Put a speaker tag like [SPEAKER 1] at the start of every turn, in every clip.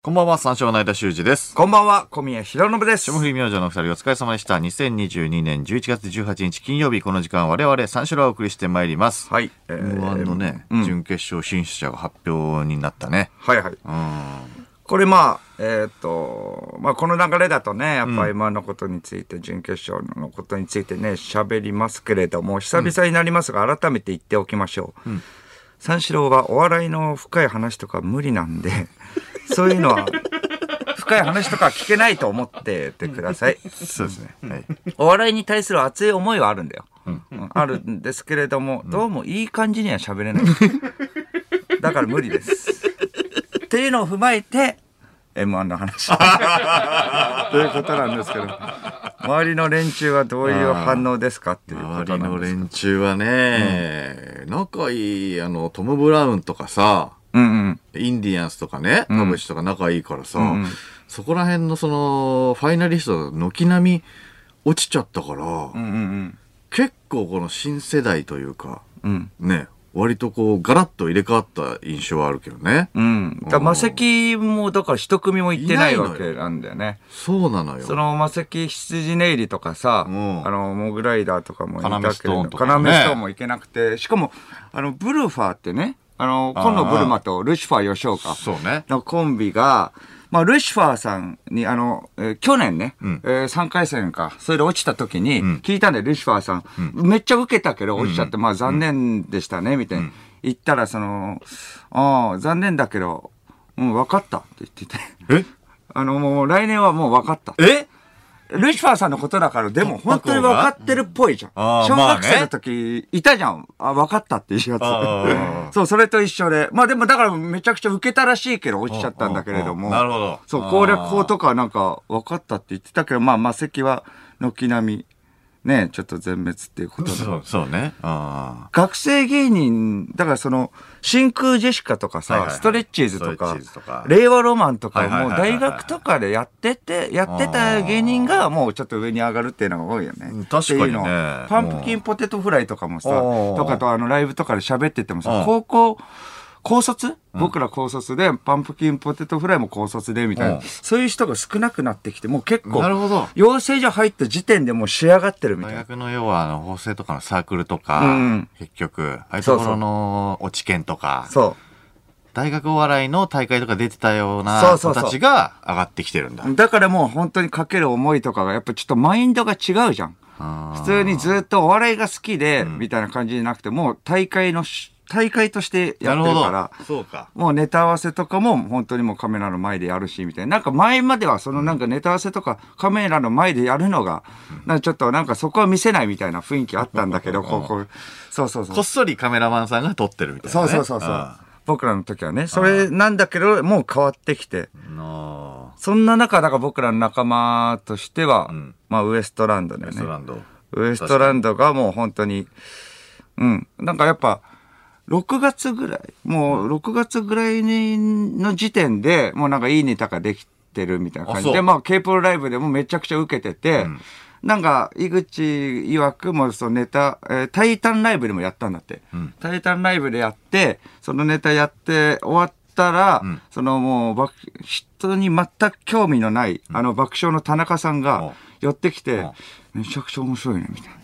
[SPEAKER 1] こんばんは、三章の間修二です。
[SPEAKER 2] こんばんは、小宮弘信です。
[SPEAKER 1] 霜降り明星のお二人お疲れ様でした。2022年11月18日金曜日、この時間我々三章をお送りしてまいります。
[SPEAKER 2] はい。えー
[SPEAKER 1] M1 のね、
[SPEAKER 2] うん
[SPEAKER 1] 準決勝進出者が発表になったね。
[SPEAKER 2] はいはい。
[SPEAKER 1] うん。
[SPEAKER 2] これまあ、えーっと、まあこの流れだとね、やっぱ今のことについて、準決勝のことについてね、喋りますけれども、久々になりますが、改めて言っておきましょう。三四郎はお笑いの深い話とか無理なんで、そういうのは、深い話とか聞けないと思っててください。
[SPEAKER 1] そうですね。はい。
[SPEAKER 2] お笑いに対する熱い思いはあるんだよ。うんあるんですけれども、どうもいい感じには喋れ ない。だから無理です。っていうのを踏まえて、M1 の 話。ということなんですけど、周りの連中はどういう反応ですかっていうこ
[SPEAKER 1] 周
[SPEAKER 2] と
[SPEAKER 1] り
[SPEAKER 2] な
[SPEAKER 1] の
[SPEAKER 2] んです。
[SPEAKER 1] 連中はね、仲いい、あの、トム・ブラウンとかさ、
[SPEAKER 2] うんうん。
[SPEAKER 1] インディアンスとかね、田淵とか仲いいからさ、
[SPEAKER 2] うん
[SPEAKER 1] そこら辺のその、ファイナリスト、軒並み落ちちゃったから、
[SPEAKER 2] うんうん
[SPEAKER 1] 結構この新世代というか、
[SPEAKER 2] うん。うん。
[SPEAKER 1] ね、割とこう、ガラッと入れ替わった印象はあるけどね。
[SPEAKER 2] うん。だからマセキも、だから一組も行ってないわけなんだよね。
[SPEAKER 1] そうなのよ。
[SPEAKER 2] そのマセキ羊ネイリとかさ、
[SPEAKER 1] うん
[SPEAKER 2] あのモグライダーとかもいたけれ
[SPEAKER 1] 要
[SPEAKER 2] ど要
[SPEAKER 1] ス
[SPEAKER 2] ス
[SPEAKER 1] ト
[SPEAKER 2] ト
[SPEAKER 1] ー
[SPEAKER 2] ー
[SPEAKER 1] ン
[SPEAKER 2] ン
[SPEAKER 1] とかね
[SPEAKER 2] もいけなくてしかもあのブルファーってねあの今野ブルマとルシファー吉岡
[SPEAKER 1] そうね。
[SPEAKER 2] のコンビが、まあ、ルシファーさんにあの、えー去年ね、
[SPEAKER 1] うん
[SPEAKER 2] え3回戦かそれで落ちた時に
[SPEAKER 1] ん
[SPEAKER 2] 聞いたんで、ルシファーさん、めっちゃ受けたけど落ちちゃって、まあ残念でしたねみたいに言ったらその「ああ残念だけど、うん、分かった」って言ってて
[SPEAKER 1] え
[SPEAKER 2] あのもう来年はもう分かった
[SPEAKER 1] え
[SPEAKER 2] ルシファーさんのことだから、でも本当に分かってるっぽいじゃん。
[SPEAKER 1] あー
[SPEAKER 2] 小
[SPEAKER 1] まあ
[SPEAKER 2] 学
[SPEAKER 1] ね
[SPEAKER 2] 生の時、いたじゃん。あ、分かったっていうや
[SPEAKER 1] あー
[SPEAKER 2] つ。 そう、それと一緒で。まあでもだからめちゃくちゃ受けたらしいけど落ちちゃったんだけれ
[SPEAKER 1] うんう
[SPEAKER 2] ど
[SPEAKER 1] んうん
[SPEAKER 2] も。
[SPEAKER 1] なるほど
[SPEAKER 2] そう、攻略法とかなんか分かったって言ってたけど、まあ、魔石は軒並み、ね、ちょっと全滅っていうことで。
[SPEAKER 1] そう、そうね。あ
[SPEAKER 2] 学生芸人、だからその、真空ジェシカとかさ、
[SPEAKER 1] はいはいはい
[SPEAKER 2] ストレッチーズと
[SPEAKER 1] ストレッ
[SPEAKER 2] か
[SPEAKER 1] チーズとか、
[SPEAKER 2] 令和ロマンとか、
[SPEAKER 1] はい
[SPEAKER 2] もう
[SPEAKER 1] はいはいはい
[SPEAKER 2] 大学とかでやってて、やってた芸人がもうちょっと上に上がるっていうのが多いよ
[SPEAKER 1] うん
[SPEAKER 2] ね。
[SPEAKER 1] 確かにね
[SPEAKER 2] っていうのをパンプキンポテトフライとかもさ、
[SPEAKER 1] うん
[SPEAKER 2] とかとあのライブとかで喋ってても
[SPEAKER 1] う
[SPEAKER 2] さ
[SPEAKER 1] ん、、
[SPEAKER 2] 高校、高卒僕ら高卒で、パンプキンポテトフライも高卒でみたいうなんそういう人が少なくなってきて、もう結
[SPEAKER 1] あ。なる
[SPEAKER 2] 構、
[SPEAKER 1] ほど。
[SPEAKER 2] 養成所入った時点でもう仕上がってるみた
[SPEAKER 1] 大
[SPEAKER 2] いな。
[SPEAKER 1] 学の要は、あの、法政とかのサークルとか、
[SPEAKER 2] うん
[SPEAKER 1] 結局、ああいうところの落ち券とか、
[SPEAKER 2] そう。
[SPEAKER 1] 大学お笑いの大会とか出てたよう
[SPEAKER 2] そ
[SPEAKER 1] な
[SPEAKER 2] うそ
[SPEAKER 1] 子
[SPEAKER 2] うそ
[SPEAKER 1] た
[SPEAKER 2] う
[SPEAKER 1] ちが上がってきてるんだ。
[SPEAKER 2] だからもう本当にかける思いとかがやっぱちょっとマインドが違うじゃん。
[SPEAKER 1] 普
[SPEAKER 2] 普通にずっとお笑いが好きで、みたいな感じじゃなくて、もう大会のし、大会としてやってるから、
[SPEAKER 1] そうか。
[SPEAKER 2] もうネタ合わせとかも本当にもうカメラの前でやるし、みたいな。なんか前まではそのなんかネタ合わせとかカメラの前でやるのが、なんかちょっとなんかそこは見せないみたいな雰囲気あったんだけど、こう、こう、そうそうそう
[SPEAKER 1] こっ。そりカメラマンさんが撮ってるみたいな、
[SPEAKER 2] そう
[SPEAKER 1] ね。
[SPEAKER 2] そうそうそ
[SPEAKER 1] ん
[SPEAKER 2] う。僕らの時はね、それなんだけど、もう変わってきて。
[SPEAKER 1] の
[SPEAKER 2] そんな中、だから僕らの仲間としては、
[SPEAKER 1] ん
[SPEAKER 2] まあウエストランドだよ
[SPEAKER 1] レ
[SPEAKER 2] ね
[SPEAKER 1] ス。トランド。
[SPEAKER 2] ウエストランドがもう本当に、うん。なんかやっぱ、6月ぐらい、もう6月ぐらいにの時点で、もうなんかいいネタができてるみたいな感
[SPEAKER 1] あそ
[SPEAKER 2] じ
[SPEAKER 1] う
[SPEAKER 2] で、まあ k p o ライブでもめちゃくちゃ受けてて、
[SPEAKER 1] ん
[SPEAKER 2] なんか、井口曰くもそのネタ、えータイタンライブでもやったんだって。
[SPEAKER 1] ん
[SPEAKER 2] タイタンライブでやって、そのネタやって終わったら、
[SPEAKER 1] ん
[SPEAKER 2] そのもう爆、人に全く興味のない、あの爆笑の田中さん
[SPEAKER 1] うん
[SPEAKER 2] が寄ってきて
[SPEAKER 1] うん、
[SPEAKER 2] めちゃくちゃ面白いね、みたいな。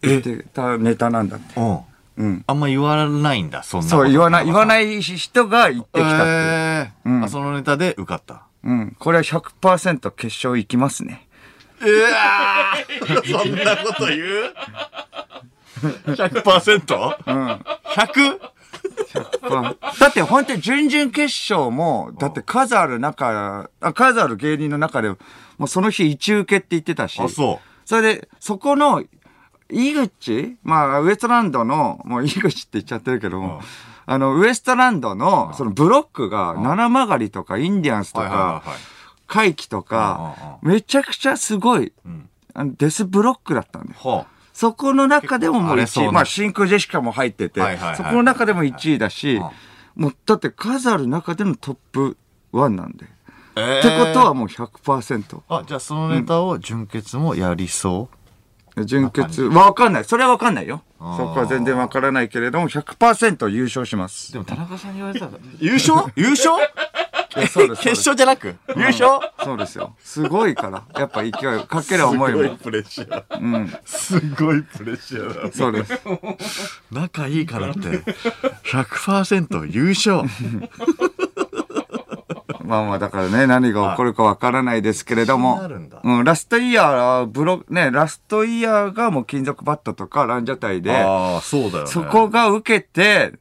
[SPEAKER 2] 言ってたネタなんだって。
[SPEAKER 1] うん。
[SPEAKER 2] うん。
[SPEAKER 1] あんま言わないんだ、そんなこと。
[SPEAKER 2] そう、言わない、言わ
[SPEAKER 1] い。
[SPEAKER 2] ない人が言ってきたっていう。
[SPEAKER 1] えー
[SPEAKER 2] うん
[SPEAKER 1] あそのネタで受かった。
[SPEAKER 2] うん。これは100%決勝行きますね。
[SPEAKER 1] うわそんなこと言う ?100%?100?
[SPEAKER 2] うん。だって本当に準々決勝も、だって数ある中、あ数ある芸人の中でも、もうその日一受けって言ってたし。
[SPEAKER 1] あ、そう。
[SPEAKER 2] それで、そこの、井口まあ、ウエストランドの、もう井口って言っちゃってるけども、あの、ウエストランドの、そのブロックが、七曲りとか、インディアンスと
[SPEAKER 1] はいは
[SPEAKER 2] か
[SPEAKER 1] い、はいはい。
[SPEAKER 2] 怪奇とか、めちゃくちゃすごい、あのデスブロックだったんだよ。
[SPEAKER 1] は
[SPEAKER 2] そこの中でももう
[SPEAKER 1] 結構荒れそう
[SPEAKER 2] 1位。
[SPEAKER 1] な
[SPEAKER 2] まあ、真空ジェシカも入ってて、
[SPEAKER 1] はいはいはい
[SPEAKER 2] そこの中でも1位だし、
[SPEAKER 1] はい
[SPEAKER 2] もう、だって数ある中でのトップ1なんで。
[SPEAKER 1] あ。えー
[SPEAKER 2] ってことはもう100%。
[SPEAKER 1] あ、じゃあそのネタを純潔もやりそう。
[SPEAKER 2] 純潔、わかんない。それはわかんないよ。そ
[SPEAKER 1] あー
[SPEAKER 2] こは全然わからないけれども、100%優勝します。
[SPEAKER 1] でも田中さんに言われたら。優勝優勝
[SPEAKER 2] やそうです
[SPEAKER 1] 決勝じゃなく優勝
[SPEAKER 2] そうですよ。すごいから。やっぱ勢い、かける思いも。
[SPEAKER 1] プレッシャー。
[SPEAKER 2] うん。
[SPEAKER 1] すごいプレッシャーだ。
[SPEAKER 2] そうです。
[SPEAKER 1] 仲いいから って、100%優勝。
[SPEAKER 2] まあまあ、だからね、何が起こるかわからないですけれど
[SPEAKER 1] 気に
[SPEAKER 2] も
[SPEAKER 1] なるんだ。
[SPEAKER 2] うん、ラストイヤーは、ブロ、ね、ラストイヤーがもう金属バットとかランジャタイで、
[SPEAKER 1] ああ、そうだよね。
[SPEAKER 2] そこが受けて、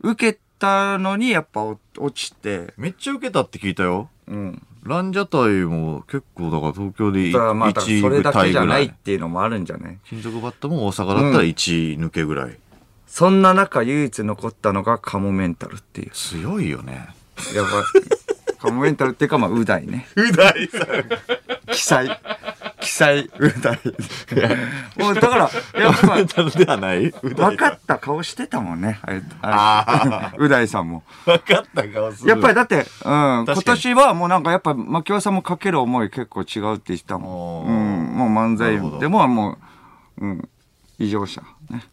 [SPEAKER 2] 受けたのにやっぱ落ちて、
[SPEAKER 1] めっちゃ受けたって聞いたよ。
[SPEAKER 2] うん。
[SPEAKER 1] ランジャタイも結構だから東京で
[SPEAKER 2] だからまあ、だから
[SPEAKER 1] 1
[SPEAKER 2] それ
[SPEAKER 1] 部
[SPEAKER 2] だけ
[SPEAKER 1] 隊
[SPEAKER 2] じゃ
[SPEAKER 1] ぐ
[SPEAKER 2] な
[SPEAKER 1] ら
[SPEAKER 2] いっ
[SPEAKER 1] い。
[SPEAKER 2] ていうのもあるんじゃない
[SPEAKER 1] 金属バットも大阪だったら1抜けぐらい。
[SPEAKER 2] そんな中唯一残ったのがカモメンタルっていう。
[SPEAKER 1] 強いよね。
[SPEAKER 2] やばい。 カモメンタルっていうか、まあ、うだいね。
[SPEAKER 1] うだいさん。
[SPEAKER 2] 記載。記載、うだい。もうだから、やっぱ、
[SPEAKER 1] では ないうだい
[SPEAKER 2] 分かった顔してたもんね。あれ
[SPEAKER 1] あ
[SPEAKER 2] あれ う大さんも。
[SPEAKER 1] 分かった顔する。
[SPEAKER 2] やっぱりだって、うん、今
[SPEAKER 1] かに
[SPEAKER 2] 年はもうなんかやっぱ、牧尾さんもかける思い結構違うって言ってたもん。
[SPEAKER 1] お
[SPEAKER 2] う
[SPEAKER 1] ー
[SPEAKER 2] ん、もう漫
[SPEAKER 1] な
[SPEAKER 2] 才
[SPEAKER 1] るほど
[SPEAKER 2] でももう、うん、異常者。ね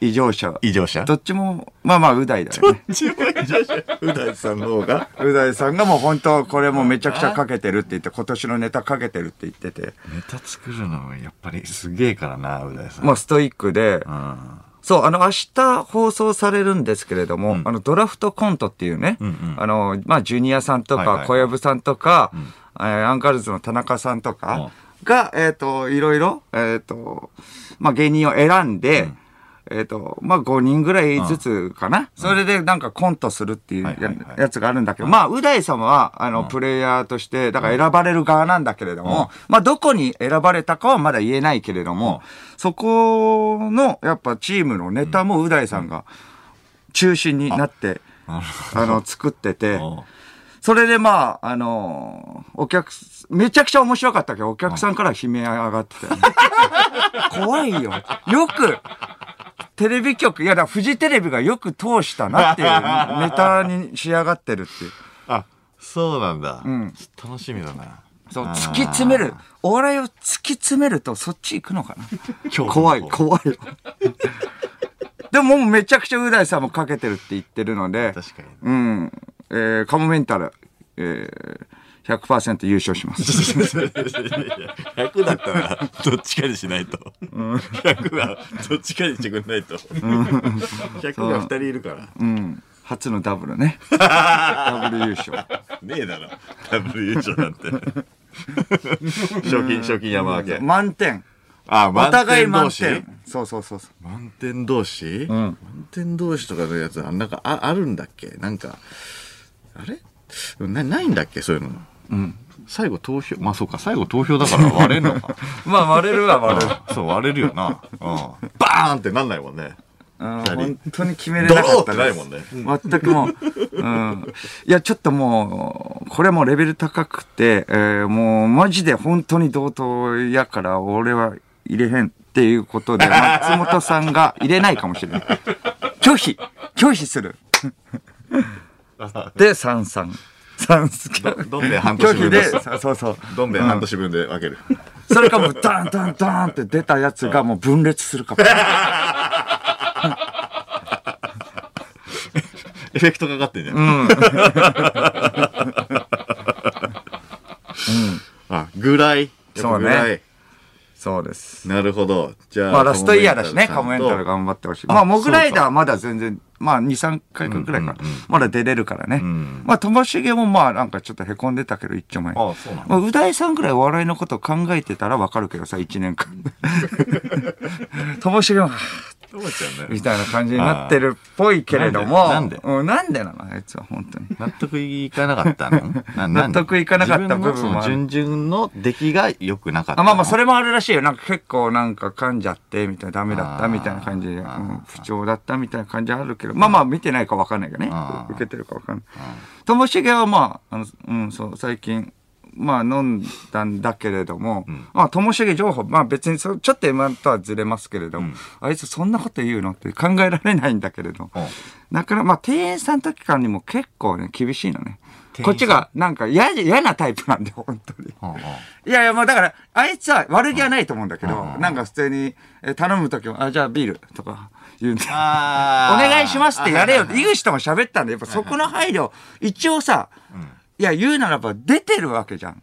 [SPEAKER 2] 異常者。
[SPEAKER 1] 異常者
[SPEAKER 2] どっちも、まあまあ、う大だよね。
[SPEAKER 1] ちも異常者。うだいさんの方が。
[SPEAKER 2] う大さんがもう本当、これもうめちゃくちゃかけてるって言って、今年のネタかけてるって言ってて、
[SPEAKER 1] ネタ作るのもやっぱりすげえからな、うだいさん。
[SPEAKER 2] まあストイックで、
[SPEAKER 1] うん。
[SPEAKER 2] そう、あの、明日放送されるんですけれども、あの、ドラフトコントっていうね、
[SPEAKER 1] んうん
[SPEAKER 2] あの、まあ、ジュニアさんと
[SPEAKER 1] はいはいは
[SPEAKER 2] か、
[SPEAKER 1] い
[SPEAKER 2] 小籔さんとか、えーアンガールズの田中さんとかが、えっ、と、いろいろ、えっ、と、まあ、芸人を選んで、えっ、と、まあ、5人ぐらいずつかな。それでなんかコントするっていう
[SPEAKER 1] はいはい
[SPEAKER 2] や
[SPEAKER 1] はい
[SPEAKER 2] やつがあるんだけど、まあ、う大様は、あの、プレイヤーとして、だから選ばれる側なんだけれども、まあ、どこに選ばれたかはまだ言えないけれども、そこの、やっぱチームのネタもう大さんが中心になって、
[SPEAKER 1] なる
[SPEAKER 2] あの、作ってて、
[SPEAKER 1] ほど。
[SPEAKER 2] それでまあ、あのーお客す、めちゃくちゃ面白かったけど、お客さんから悲鳴上がってたよね、 怖いよ。よく、テレビ局、いやだ、フジテレビがよく通したなっていうネタに仕上がってるっていう。
[SPEAKER 1] あ、そうなんだ。
[SPEAKER 2] ん
[SPEAKER 1] 楽しみだな。
[SPEAKER 2] そう、
[SPEAKER 1] あー
[SPEAKER 2] 突き詰める。お笑いを突き詰めると、そっち行くのかな。
[SPEAKER 1] 今日
[SPEAKER 2] 怖い、怖いよ。 でももうめちゃくちゃう大さんもかけてるって言ってるので、
[SPEAKER 1] 確かに。
[SPEAKER 2] うん、えーカモメンタル、えー、100%優勝します。
[SPEAKER 1] 100だったらどっちかにしないと、100はどっちかにしてくんないと100が2人いるから、
[SPEAKER 2] うん。初のダブルね。ダブル優勝。
[SPEAKER 1] ねえだろダブル優勝なんて賞金賞金山分け
[SPEAKER 2] 満点。
[SPEAKER 1] あ
[SPEAKER 2] お互い満
[SPEAKER 1] 同士
[SPEAKER 2] 点。そうそうそうそう。
[SPEAKER 1] 満点同士、
[SPEAKER 2] ん
[SPEAKER 1] 満点同士とかのやつあなんかああるんだっけなんかあれなないんだっけそういうの最後投票まあそうか最後投票だから割れんのか
[SPEAKER 2] まあ割れるは割れる。
[SPEAKER 1] そう割れるよな、うん、バーンってなんないもんね
[SPEAKER 2] あの本当に決めれなかった
[SPEAKER 1] ドロ
[SPEAKER 2] で
[SPEAKER 1] ー
[SPEAKER 2] す
[SPEAKER 1] ってない
[SPEAKER 2] 全くもう、うん、いやちょっともうこれもレベル高くて、えーもうマジで本当に同等やから俺は入れへんっていうこと で松本さんが入れないかもしれない拒否拒否するで三三三す
[SPEAKER 1] どどん兵衛半年
[SPEAKER 2] 拒否
[SPEAKER 1] 分
[SPEAKER 2] で
[SPEAKER 1] です
[SPEAKER 2] さそうそう
[SPEAKER 1] どん兵衛半年分で分 ける、
[SPEAKER 2] それかもうダンダンダンって出たやつがもう分裂するかも
[SPEAKER 1] エフェクトかかってんじゃん、 あぐらいやっぱぐらい
[SPEAKER 2] そうね そうです
[SPEAKER 1] なるほどじゃあ、
[SPEAKER 2] まあラストイヤーだしね、カモメンタル
[SPEAKER 1] が
[SPEAKER 2] 頑張ってほしい。
[SPEAKER 1] あ
[SPEAKER 2] まあモグライダーはまだ全然、まあ2、3回くらいか、まだ出れるからね。まあともしげもまあなんかちょっと凹んでたけど、一丁前。
[SPEAKER 1] あそうなんだ
[SPEAKER 2] まあうだいさんくらいお笑いのことを考えてたらわかるけどさ、1年間。 ともしげも、はぁ
[SPEAKER 1] どうちゃんね
[SPEAKER 2] みたいな感じになってるっぽいけれども。
[SPEAKER 1] あーなんで
[SPEAKER 2] うんなんでなのあいつは本当に。
[SPEAKER 1] 納得いかなかったの ななんで
[SPEAKER 2] 納得いかなかった部分もある
[SPEAKER 1] 自分のその順々の出来が良くなかった
[SPEAKER 2] あまあまあ、そ
[SPEAKER 1] れ
[SPEAKER 2] れもあるらしいよ。なんか結構なんか噛んじゃって、みたいな、ダメだっ
[SPEAKER 1] あ
[SPEAKER 2] た、
[SPEAKER 1] ー
[SPEAKER 2] みたいな感じで、う
[SPEAKER 1] あ
[SPEAKER 2] ん
[SPEAKER 1] ー
[SPEAKER 2] 不調だった、みたいな感じあるけど、まあまあ、見てないかわかんないけどね
[SPEAKER 1] あ。ー
[SPEAKER 2] 受けてるかわかんない。ともしげはまあ、あの、うん、そう、最近、まあ飲んだんだけれども、まあともしげ情報、まあ別にそちょっと今とはずれますけれども、あいつそんなこと言うのって考えられないんだけれど、
[SPEAKER 1] うん
[SPEAKER 2] だからまあ店員さんとかにも結構ね、厳しいのね。
[SPEAKER 1] 店員さ
[SPEAKER 2] こ
[SPEAKER 1] ん
[SPEAKER 2] っちがなんか嫌じ嫌なタイプなんで、本当に。
[SPEAKER 1] うんうん
[SPEAKER 2] いやいや、もうだから、あいつは悪気はないと思うんだけど
[SPEAKER 1] うん、
[SPEAKER 2] なんか普通に、え頼むときも、あ、じゃあビールとか、言うんだよ
[SPEAKER 1] あ
[SPEAKER 2] お
[SPEAKER 1] ー
[SPEAKER 2] 願いしますってやれよ。井口とも喋ったんで、やっぱそこの配慮、一応さ、いや、言うならば出てるわけじゃん。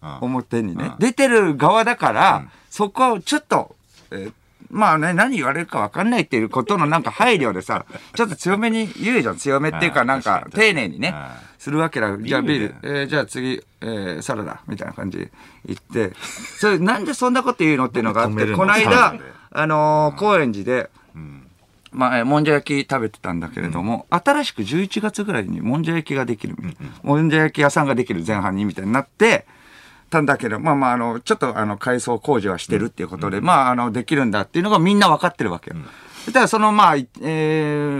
[SPEAKER 1] あ
[SPEAKER 2] 表にね。出てる側だから、そこをちょっと、えーまあね、何言われるか分かんないっていうことのなんか配慮でさ、ちょっと強めに言うじゃん。強めっていう
[SPEAKER 1] あ
[SPEAKER 2] か
[SPEAKER 1] ー
[SPEAKER 2] なんか
[SPEAKER 1] 確かに
[SPEAKER 2] 丁寧にね
[SPEAKER 1] あ、
[SPEAKER 2] するわけだ。じゃあビ
[SPEAKER 1] ビー
[SPEAKER 2] ー
[SPEAKER 1] ル
[SPEAKER 2] ル、えーじゃあ次、えーサラダ、みたいな感じで言って、それなんでそんなこと言うのっていうのがあっ
[SPEAKER 1] 止め
[SPEAKER 2] て、
[SPEAKER 1] るの
[SPEAKER 2] この
[SPEAKER 1] サラダ
[SPEAKER 2] 間
[SPEAKER 1] で、
[SPEAKER 2] あのー高円寺で、まあ、えーもんじゃ焼き食べてたんだけれども、新しく11月ぐらいにもんじゃ焼きができるみたいな、もんじゃ焼き屋さんができる前半にみたいになって、たんだけど、まあまあ、あの、ちょっと、あの、改装工事はしてるっていうことで、まあ、あの、できるんだっていうのがみんな分かってるわけよ。だから、その、まあ、いえ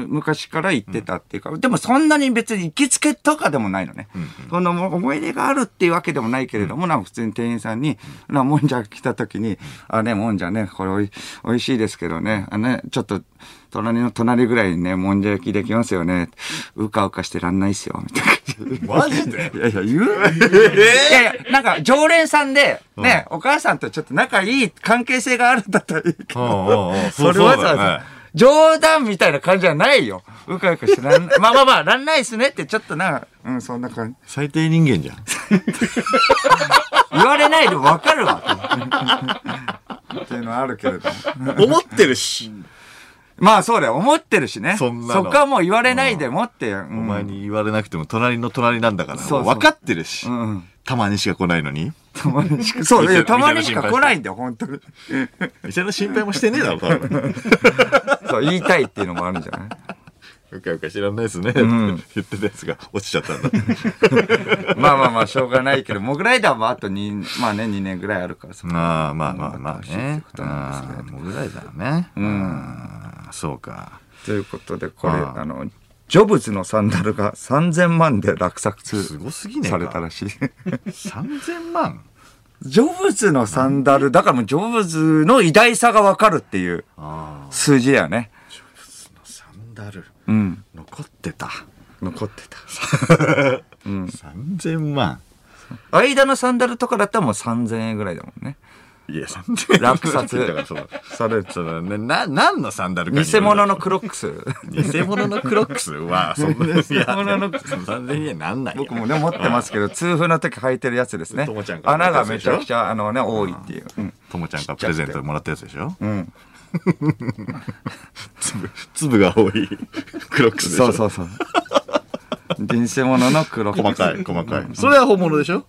[SPEAKER 2] ー昔から言ってたっていうか、でもそんなに別に行きつけとかでもないのね。このもう思い出があるっていうわけでもないけれども、なんか普通に店員さんに、なもんじゃ来た時に、あ、ね、もんじゃね、これおい、おいしいですけどね、あね、ちょっと、隣の隣ぐらいにね、もんじゃ焼きできますよね。うかうかしてらんないっすよ、みたいな感じで。
[SPEAKER 1] マジで
[SPEAKER 2] いやいや、言う、いやいや、なんか常連さんで、ね、お母さんとちょっと仲いい関係性があるんだったらいいけど、それわざわざ、冗談みたいな感じじゃないよ。うかうかしてらんない、 まあまあまあ、なんないっすねってちょっとなんか、うん、そんな感じ。
[SPEAKER 1] 最低人間じゃん。
[SPEAKER 2] 言われないでもわかるわ。っていうのはあるけれども。
[SPEAKER 1] 思ってるし、
[SPEAKER 2] まあそうだよ、思ってるしね。
[SPEAKER 1] そんなの
[SPEAKER 2] こはもう言われないでもって、うん
[SPEAKER 1] お前に言われなくても隣の隣なんだから、
[SPEAKER 2] そうそう
[SPEAKER 1] もう分かってるし、
[SPEAKER 2] うん
[SPEAKER 1] たまにしか来ないのに。
[SPEAKER 2] たまにしか、そう、いやたまにしか来ないんだよ、本当に。
[SPEAKER 1] 店の心配もしてねえだろ、多分。
[SPEAKER 2] そう、言いたいっていうのもあるんじゃない う
[SPEAKER 1] かうか知らないですね、って言ってたやつが落ちちゃったん だ。
[SPEAKER 2] まあまあまあ、しょうがないけど、モグライダーもあと2、まあね、2年ぐらいあるからさ。
[SPEAKER 1] まあまあまあまあね。
[SPEAKER 2] うん
[SPEAKER 1] ああもうぐらいだよね。うん。そうか。
[SPEAKER 2] ということで、これ、
[SPEAKER 1] ああ
[SPEAKER 2] あの、ジョブズのサンダルが3000万で落札
[SPEAKER 1] すごすぎねえ
[SPEAKER 2] された
[SPEAKER 1] か。
[SPEAKER 2] らしい。
[SPEAKER 1] 3000万
[SPEAKER 2] ジョブズのサンダル、だからもうジョブズの偉大さがわかるっていう
[SPEAKER 1] ああ。
[SPEAKER 2] 数字やね。
[SPEAKER 1] サンダル。
[SPEAKER 2] うん。
[SPEAKER 1] 残ってた。
[SPEAKER 2] 残ってた。
[SPEAKER 1] 3000万。
[SPEAKER 2] 間のサンダルとかだったらもう3000円ぐらいだもんね。
[SPEAKER 1] いや、3000
[SPEAKER 2] 落札
[SPEAKER 1] だからその、
[SPEAKER 2] される。
[SPEAKER 1] その、ね、な、何のサンダルかによ
[SPEAKER 2] 偽
[SPEAKER 1] る
[SPEAKER 2] 物のクロックス。
[SPEAKER 1] 偽物のクロックスは、そんなに、いや、
[SPEAKER 2] 偽物の
[SPEAKER 1] 3000円なんないよ
[SPEAKER 2] 僕もね、持ってます けど、痛風の時履いてるやつですね
[SPEAKER 1] ともちゃん。から
[SPEAKER 2] 穴がめちゃくちゃ、あのね、多いっていう。うん
[SPEAKER 1] ともちゃんからプレゼントでもらったやつでしょ
[SPEAKER 2] うん。
[SPEAKER 1] 粒、粒が多いクロックスでしょ
[SPEAKER 2] そうそうそう。 偽物の黒
[SPEAKER 1] 細かい、細かい。それは本物でしょ
[SPEAKER 2] い。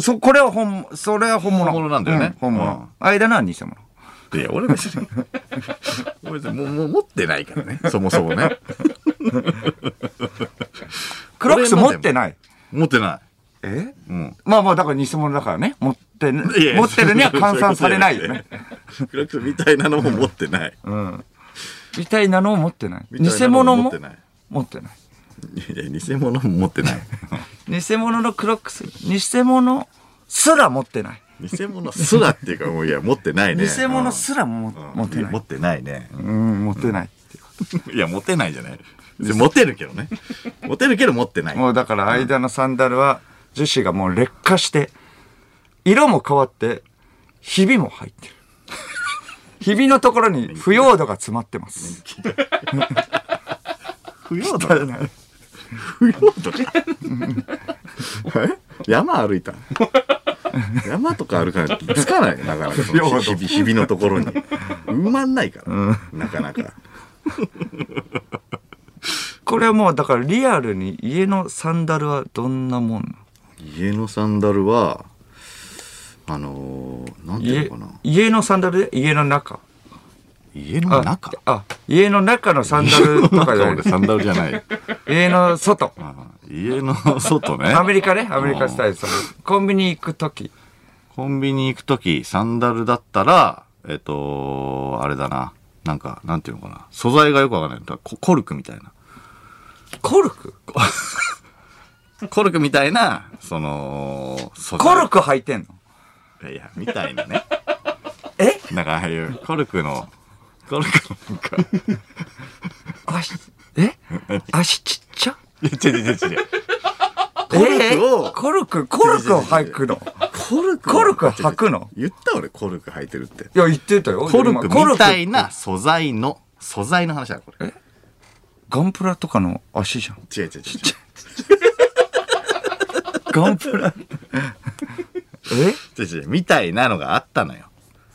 [SPEAKER 2] そ、これは本、それは本物。
[SPEAKER 1] 本物なんだよね
[SPEAKER 2] う本
[SPEAKER 1] う
[SPEAKER 2] 物
[SPEAKER 1] ん。
[SPEAKER 2] 間のは偽物。
[SPEAKER 1] いや、俺別に、俺別にもう、もう持ってないからね、そもそもね。
[SPEAKER 2] クロックス持ってない。
[SPEAKER 1] 持ってな
[SPEAKER 2] え
[SPEAKER 1] い。うん。
[SPEAKER 2] まあまあ、だから偽物だからね。持ってね、
[SPEAKER 1] いや
[SPEAKER 2] 持ってるには換算されないよね。。
[SPEAKER 1] クラクみたいなのも持ってない。
[SPEAKER 2] うん。みたいなのを持ってない。
[SPEAKER 1] みた
[SPEAKER 2] 偽
[SPEAKER 1] いなの
[SPEAKER 2] 物
[SPEAKER 1] 持っ
[SPEAKER 2] も
[SPEAKER 1] てない。
[SPEAKER 2] 持ってない。
[SPEAKER 1] いや、偽物も持ってない。
[SPEAKER 2] 偽物のクロックス、偽物すら持ってない。
[SPEAKER 1] 偽物すらっていうか、もういや、持ってないね。
[SPEAKER 2] 偽物すらも
[SPEAKER 1] うん
[SPEAKER 2] 持ってない
[SPEAKER 1] 持。ってないね。
[SPEAKER 2] うん、持ってない。
[SPEAKER 1] いや、持てないじゃない。持てるけどね。持てるけど持ってない。
[SPEAKER 2] もうだから間のサンダルは樹脂がもう劣化して、色も変わって、ひびも入ってる。 ひびのところに腐葉土が詰まってます。
[SPEAKER 1] 腐葉土腐葉土か え山歩いたの山とか歩かないとつかないよなかなかそ
[SPEAKER 2] 不要
[SPEAKER 1] の
[SPEAKER 2] 度
[SPEAKER 1] ひびひびのところに埋まんないから、なかなか
[SPEAKER 2] これはもうだからリアルに家のサンダルはどんなもんなの
[SPEAKER 1] 家のサンダルはあのー、なんていう
[SPEAKER 2] 家
[SPEAKER 1] のかな
[SPEAKER 2] 家のサンダルで家の中。
[SPEAKER 1] 家の中
[SPEAKER 2] あ、家の中のサンダルとかじ
[SPEAKER 1] 中
[SPEAKER 2] ゃな
[SPEAKER 1] 俺
[SPEAKER 2] い。
[SPEAKER 1] サンダルじゃないよ
[SPEAKER 2] 家の外。
[SPEAKER 1] あ家の外 ね
[SPEAKER 2] アメリカね、アメリカスタイル。そのコンビニ行くとき。
[SPEAKER 1] コンビニ行くとき、サンダルだったら、えっ、と、あれだな。なんか、なんていうのかな。素材がよくわかんない。だからココルクみたいな。
[SPEAKER 2] コルク
[SPEAKER 1] コルクみたいな、その、素
[SPEAKER 2] コル
[SPEAKER 1] 材
[SPEAKER 2] ク履いてんの
[SPEAKER 1] いや、みたいなね。
[SPEAKER 2] え
[SPEAKER 1] なんかああいう、コルクの、コルクのなんか、い
[SPEAKER 2] 足、 え足ちっちゃ
[SPEAKER 1] や、違う違う違う違う。ルクを
[SPEAKER 2] コえーコルク、コルクを履くの
[SPEAKER 1] コル
[SPEAKER 2] コルク履くの
[SPEAKER 1] 言った俺、コルク履いてるって。
[SPEAKER 2] いや、言ってたよ。
[SPEAKER 1] コルクみたい
[SPEAKER 2] コル
[SPEAKER 1] な素材の、素材の話だ、これ。
[SPEAKER 2] ガンプラとかの足じゃん。
[SPEAKER 1] 違う違う違う違う。
[SPEAKER 2] ガンプ ラ。え
[SPEAKER 1] 違う違うみたいなのがあったのよ。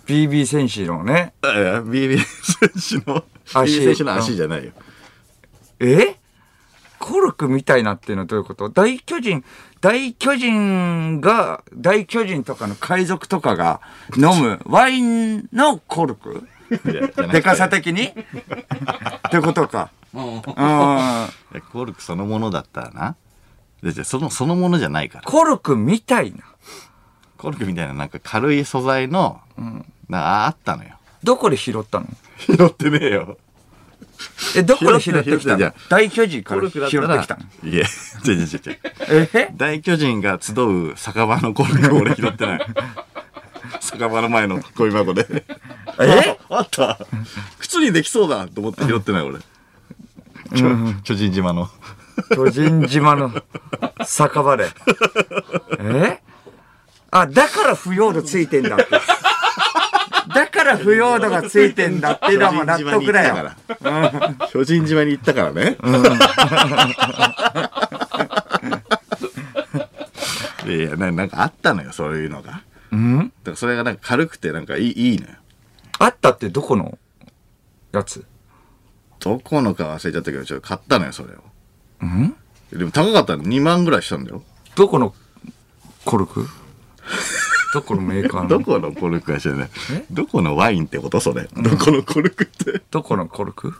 [SPEAKER 2] ?BB 戦士のね。
[SPEAKER 1] いやいや BB 選手の、
[SPEAKER 2] 足
[SPEAKER 1] BB 選手の足じゃないよ。
[SPEAKER 2] えコルクみたいなっていうのはどういうこと大巨人、大巨人が、大巨人とかの海賊とかが飲むワインのコルク
[SPEAKER 1] いやじゃなくて
[SPEAKER 2] でかさ的 にってことか。うん。
[SPEAKER 1] いやコルクそのものだったらな。でじゃあその、そのものじゃないから。
[SPEAKER 2] コルクみたいな。
[SPEAKER 1] コルクみたいななんか軽い素材の、なんかああったのよ。
[SPEAKER 2] どこで拾ったの
[SPEAKER 1] 拾ってねえよ。
[SPEAKER 2] え、どこで拾ってき
[SPEAKER 1] 拾って
[SPEAKER 2] た
[SPEAKER 1] 拾ってじゃ
[SPEAKER 2] の
[SPEAKER 1] あ
[SPEAKER 2] 大巨人か
[SPEAKER 1] コ
[SPEAKER 2] ら
[SPEAKER 1] ル
[SPEAKER 2] 拾
[SPEAKER 1] ク
[SPEAKER 2] っ
[SPEAKER 1] だ
[SPEAKER 2] て
[SPEAKER 1] ったら。
[SPEAKER 2] きたの
[SPEAKER 1] いや、違う違う違う違う。
[SPEAKER 2] え
[SPEAKER 1] 大巨人が集う酒場のコルク俺拾ってない。酒場の前のゴミ箱で。
[SPEAKER 2] え
[SPEAKER 1] ああった靴にできそうだと思って拾ってない俺。ちょ巨人島の。
[SPEAKER 2] 巨人島の酒場で。えあ、だから腐葉土ついてんだって。だから腐葉土がついてんだってのも納得だよ。
[SPEAKER 1] 巨人島に行ったからね。いやな、なんかあったのよ、そういうのが。だ
[SPEAKER 2] うん
[SPEAKER 1] からそれがなんか軽くてなんかいいいいのよ。
[SPEAKER 2] あったってどこのやつ
[SPEAKER 1] どこのか忘れちゃったけど、ちょっと買ったのよ、それを。
[SPEAKER 2] ん
[SPEAKER 1] でも高かったの、2万ぐらいしたんだよ。
[SPEAKER 2] どこのコルクどこのメーカー
[SPEAKER 1] ど
[SPEAKER 2] の
[SPEAKER 1] このコルクか知らない。どこのワインってことそれ。どこのコルクって。
[SPEAKER 2] どこのコルク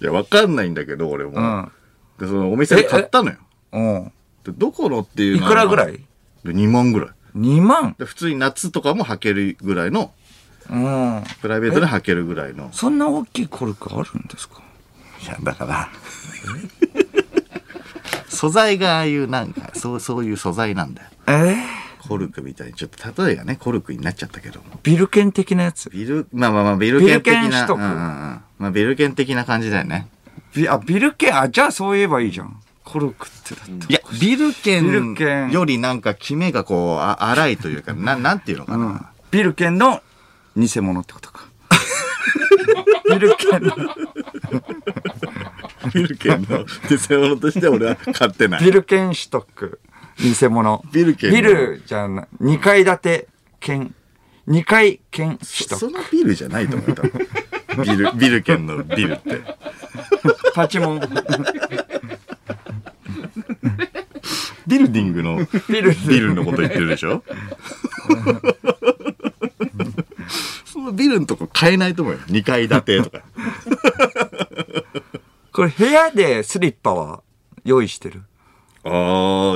[SPEAKER 1] いや、わかんないんだけど、俺も。
[SPEAKER 2] うん。
[SPEAKER 1] で、そのお店で買ったのよ。
[SPEAKER 2] うん。
[SPEAKER 1] で、どこのっていう
[SPEAKER 2] い
[SPEAKER 1] の
[SPEAKER 2] くらぐら
[SPEAKER 1] い
[SPEAKER 2] い
[SPEAKER 1] ?2 万ぐらい。
[SPEAKER 2] ?2 万
[SPEAKER 1] で、普通に夏とかも履けるぐらいの、
[SPEAKER 2] うん。
[SPEAKER 1] プライベートで履けるぐらいの。
[SPEAKER 2] そんな大きいコルクあるんですか
[SPEAKER 1] いや、だ から。素材がああいうなんか、そう、そういう素材なんだよ。
[SPEAKER 2] えー
[SPEAKER 1] コルクみたいに、ちょっと例えがね、コルクになっちゃったけども。
[SPEAKER 2] ビルケン的なやつ
[SPEAKER 1] ビル、まあまあまあ、ビルケン的
[SPEAKER 2] ビルケン
[SPEAKER 1] な。
[SPEAKER 2] 取得
[SPEAKER 1] うんうんうんまあ、ビルケン的な感じだよね。
[SPEAKER 2] ビあ、ビルケン、あ、じゃあそう言えばいいじゃん。コルクってだって。
[SPEAKER 1] いや、ビルケ
[SPEAKER 2] ビルケン
[SPEAKER 1] ンよりなんか、キメがこう、あ荒いというか、な、なんていうのかな。
[SPEAKER 2] ビルケンの偽物ってこと か。ビルケンの、
[SPEAKER 1] ビルケンの偽物として俺は買ってな
[SPEAKER 2] ビ。ルケン取得、偽物。
[SPEAKER 1] ビルケンの
[SPEAKER 2] ビルじゃない、2階建て、剣。2階剣取
[SPEAKER 1] そ
[SPEAKER 2] 得。
[SPEAKER 1] そのビルじゃないと思った。ビル、ビルケンのビルって。
[SPEAKER 2] パチモン。
[SPEAKER 1] ビルディングの
[SPEAKER 2] ビル
[SPEAKER 1] ビルのこと言ってるでしょ そのビルのとこ買えないと思うよ。2階建てとか。
[SPEAKER 2] これ部屋でスリッパは用意してる。
[SPEAKER 1] ああ、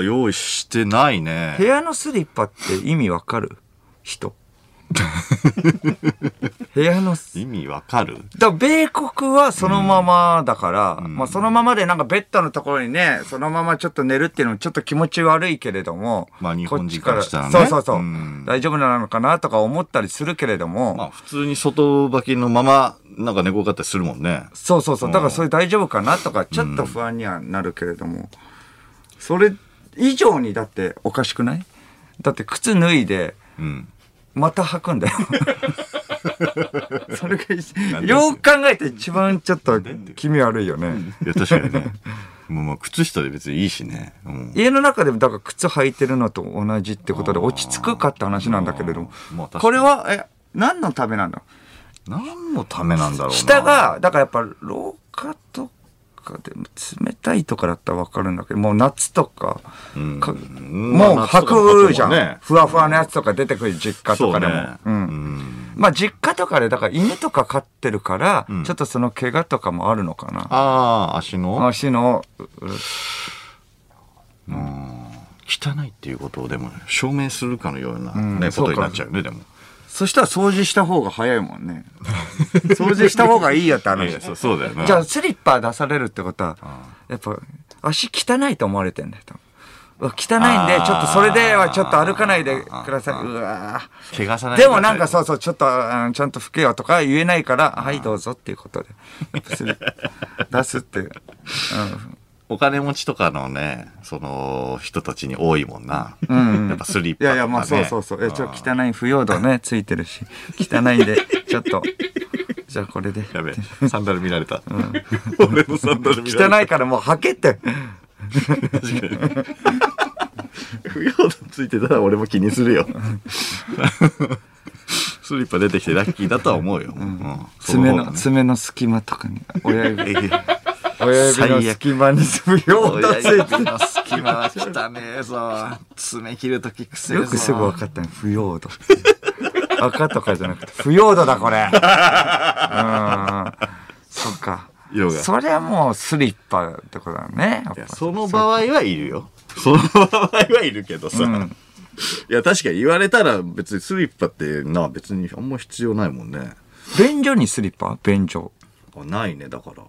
[SPEAKER 1] 用意してない
[SPEAKER 2] 部
[SPEAKER 1] ね。
[SPEAKER 2] 屋のスリッパって意味わかる 人。部屋のス
[SPEAKER 1] 意味わかる
[SPEAKER 2] だから米国はそのままだから、まあそのままでなんかベッドのところにね、そのままちょっと寝るっていうのもちょっと気持ち悪いけれども、
[SPEAKER 1] まあ日本人からしたらね
[SPEAKER 2] こっちそうそうそう、
[SPEAKER 1] うん
[SPEAKER 2] 大丈夫なのかなとか思ったりするけれども、
[SPEAKER 1] まあ普通に外履きのまま、なんか寝転がったりするもんね。
[SPEAKER 2] そうそうそう、だからそれ大丈夫かなとかちょっと不安にはなるけれども、それ以上にだっておかしくないだって靴脱いで、
[SPEAKER 1] うん。
[SPEAKER 2] また履くんだよ。 それが一
[SPEAKER 1] なんで
[SPEAKER 2] よく考えて一番ちょっと気味悪いよね。
[SPEAKER 1] いや、確かにね。 もうまあ靴下で別にいいしね。うん。
[SPEAKER 2] 家の中でもだから靴履いてるのと同じってことで落ち着くかって話なんだけれども
[SPEAKER 1] あーまあ確かに
[SPEAKER 2] これはえ何のためなんだ
[SPEAKER 1] 何のためなんだろうな。
[SPEAKER 2] 下がだからやっぱ廊下とかでも冷たいとかだったら分かるんだけどもう夏とか,
[SPEAKER 1] うん、
[SPEAKER 2] か
[SPEAKER 1] も
[SPEAKER 2] もう履くじゃん、
[SPEAKER 1] ね。
[SPEAKER 2] ふわふわのやつとか出てくる実家と
[SPEAKER 1] そう
[SPEAKER 2] か
[SPEAKER 1] ね
[SPEAKER 2] でも。う
[SPEAKER 1] うんん。
[SPEAKER 2] まあ実家とかでだから犬とか飼ってるから、
[SPEAKER 1] ん
[SPEAKER 2] ちょっとその怪我とかもあるのかな
[SPEAKER 1] ああ、足の
[SPEAKER 2] 足のうう
[SPEAKER 1] うん汚いっていうことをでも証明するかのような、
[SPEAKER 2] ん
[SPEAKER 1] ね
[SPEAKER 2] そう
[SPEAKER 1] こ
[SPEAKER 2] か
[SPEAKER 1] とになっちゃうね、でも。
[SPEAKER 2] そしたら掃除した方が早いも んね掃除した方がいいよって
[SPEAKER 1] いやい
[SPEAKER 2] 話
[SPEAKER 1] やそうそうだよな。
[SPEAKER 2] じゃあスリッパ出されるってことは、やっぱ足汚いと思われてんだよ。多分うわ汚いんで
[SPEAKER 1] あ、ー
[SPEAKER 2] ちょっとそれではちょっと歩かないでください。うわー
[SPEAKER 1] 怪我さない
[SPEAKER 2] でもなんか
[SPEAKER 1] さ
[SPEAKER 2] そうそう、ちょっと、うんちゃんと拭けよとか言えないから、はい、どうぞっていうことで。やっぱスリッパ出すって。うん
[SPEAKER 1] お金持ちとかのね、その人たちに多いもんな。やっぱスリッパとか、
[SPEAKER 2] い
[SPEAKER 1] ね。
[SPEAKER 2] やいや、まあそうそうそう。えちょっと汚い、腐葉土ね、ついてるし、汚いんで、ちょっと、じゃあこれで。
[SPEAKER 1] やべ え、サンダル見られた。俺のサンダル見られ
[SPEAKER 2] 汚いからもうはけって。
[SPEAKER 1] た。確かに。不要度ついてたら俺も気にするよ。 スリッパ出てきてラッキーだとは思うよ。うんそ
[SPEAKER 2] 爪
[SPEAKER 1] 方が
[SPEAKER 2] の、
[SPEAKER 1] ね
[SPEAKER 2] 爪の隙間とかに、親指、 親指の
[SPEAKER 1] 最悪
[SPEAKER 2] 隙間に爪を出せて。
[SPEAKER 1] の隙間は汚ねえぞ。爪切るときくせ
[SPEAKER 2] よくすぐ分かったね、腐葉 土。赤とかじゃなくて、腐葉土だ、こ れ。うん。そっか。
[SPEAKER 1] 色が
[SPEAKER 2] それはもうスリッパってことだね。やっぱ
[SPEAKER 1] その場合はいるよ。その場合はいるけどさ。
[SPEAKER 2] うん
[SPEAKER 1] いや、確かに言われたら別にスリッパってな、別にあんま必要ないもんね。
[SPEAKER 2] 便所にスリッパ便所。
[SPEAKER 1] あないね、だから。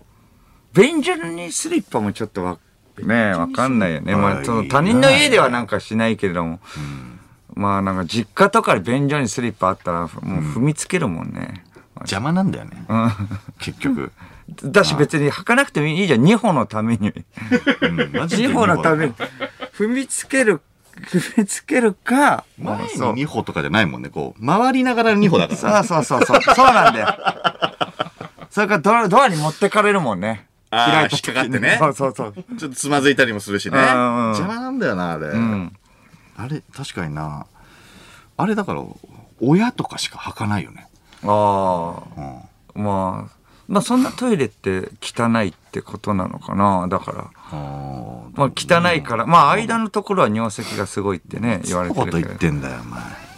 [SPEAKER 2] 便所にスリッパもちょっとわ、ねえ、わかんないよね。ま
[SPEAKER 1] は
[SPEAKER 2] あ、
[SPEAKER 1] い
[SPEAKER 2] その他人の家ではなんかしないけれども。まあ、なんか実家とかで便所にスリッパあったら、もう踏みつけるもんね。
[SPEAKER 1] 邪魔なんだよね。結局。
[SPEAKER 2] だし別に履かなくてもいいじゃん。二歩のために。
[SPEAKER 1] うんマジで
[SPEAKER 2] 二歩のために。踏みつける、踏みつけるか。
[SPEAKER 1] 前に
[SPEAKER 2] そう
[SPEAKER 1] 2歩とかじゃないもんね。こう、回りながら2歩だから。
[SPEAKER 2] そうそうそう そう。そうなんだよ。それからドアドアに持ってかれるもんね。
[SPEAKER 1] あー
[SPEAKER 2] た時
[SPEAKER 1] 引
[SPEAKER 2] に
[SPEAKER 1] っかかってね
[SPEAKER 2] そうそうそう。
[SPEAKER 1] ちょっとつまずいたりもするしね。
[SPEAKER 2] うんうん
[SPEAKER 1] 邪魔なんだよな、あれ。
[SPEAKER 2] ん
[SPEAKER 1] あれ、確かにな。あれだから、親とかしか履かないよね。
[SPEAKER 2] ああ。
[SPEAKER 1] うん。
[SPEAKER 2] まあ、まあそんなトイレって汚いってことなのかな。だから。
[SPEAKER 1] あ
[SPEAKER 2] まあ汚いから。まあ間のところは尿石がすごいってね、言われて
[SPEAKER 1] こと言
[SPEAKER 2] る
[SPEAKER 1] っ
[SPEAKER 2] けど。
[SPEAKER 1] てんだよ、お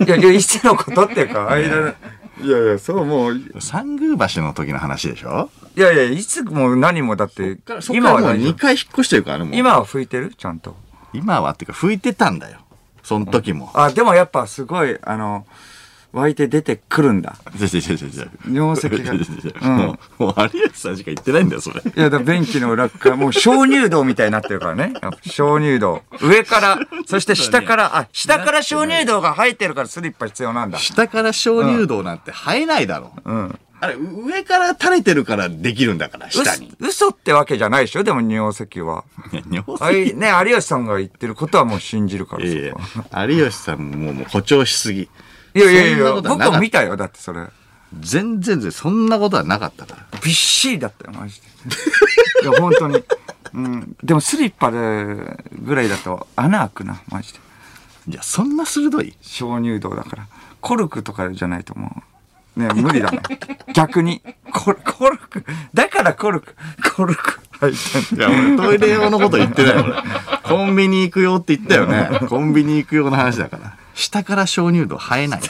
[SPEAKER 1] 前。
[SPEAKER 2] いやいや、一のことっていうか、 間の。いやいや、そうもう、い
[SPEAKER 1] 三宮橋の時の話でしょ
[SPEAKER 2] やいや、いつも何もだって、
[SPEAKER 1] 今
[SPEAKER 2] 今
[SPEAKER 1] は
[SPEAKER 2] は
[SPEAKER 1] もう
[SPEAKER 2] 大丈夫
[SPEAKER 1] 2回引っ越してるからね、もう。
[SPEAKER 2] 今は拭いてるちゃんと。
[SPEAKER 1] 今はっていうか、拭いてたんだよ。その時も。
[SPEAKER 2] あ、でもやっぱすごい、あの、湧いて出てくるんだ。
[SPEAKER 1] 違う違う違う違う。
[SPEAKER 2] 尿石が
[SPEAKER 1] 違う違う違うもう、もう有吉さんしか言ってないんだよ、それ。
[SPEAKER 2] いや、だから便器の 裏から、もう鍾乳洞みたいになってるからね。やっぱ鍾乳洞。上から、そして下から、あ、下から鍾乳洞が生えてるからスリッパ必要なんだ。
[SPEAKER 1] 下から鍾乳洞なんて生えないだろ。
[SPEAKER 2] うん。
[SPEAKER 1] あれ、上から垂れてるからできるんだから、下に。
[SPEAKER 2] 嘘嘘ってわけじゃないでしょでも尿石は。
[SPEAKER 1] いや尿
[SPEAKER 2] あ
[SPEAKER 1] 石
[SPEAKER 2] い、ね、有吉さんが言ってることはもう信じるから
[SPEAKER 1] い
[SPEAKER 2] そ
[SPEAKER 1] やい
[SPEAKER 2] こは
[SPEAKER 1] や有吉さんももう誇張しすぎ。
[SPEAKER 2] いやいやい
[SPEAKER 1] そんな
[SPEAKER 2] や、
[SPEAKER 1] ことは
[SPEAKER 2] 僕
[SPEAKER 1] なか
[SPEAKER 2] も
[SPEAKER 1] っ
[SPEAKER 2] 見たよ。だってそれ。
[SPEAKER 1] 全然全然、そんなことはなかったから。
[SPEAKER 2] びっしりだったよ、マジで。いや、本当に。うん。でもスリッパで、ぐらいだと穴開くな、マジで。
[SPEAKER 1] いや、そんな鋭い
[SPEAKER 2] 鍾乳洞だから。コルクとかじゃないともう。ね無理だね。 逆に。コルコルク。だからコルク。コルク入ってん
[SPEAKER 1] いや、俺トイレ用のこと言ってない、俺。コンビニ行くよって言ったよね。コンビニ行く用の話だから。下から鍾乳洞生えない。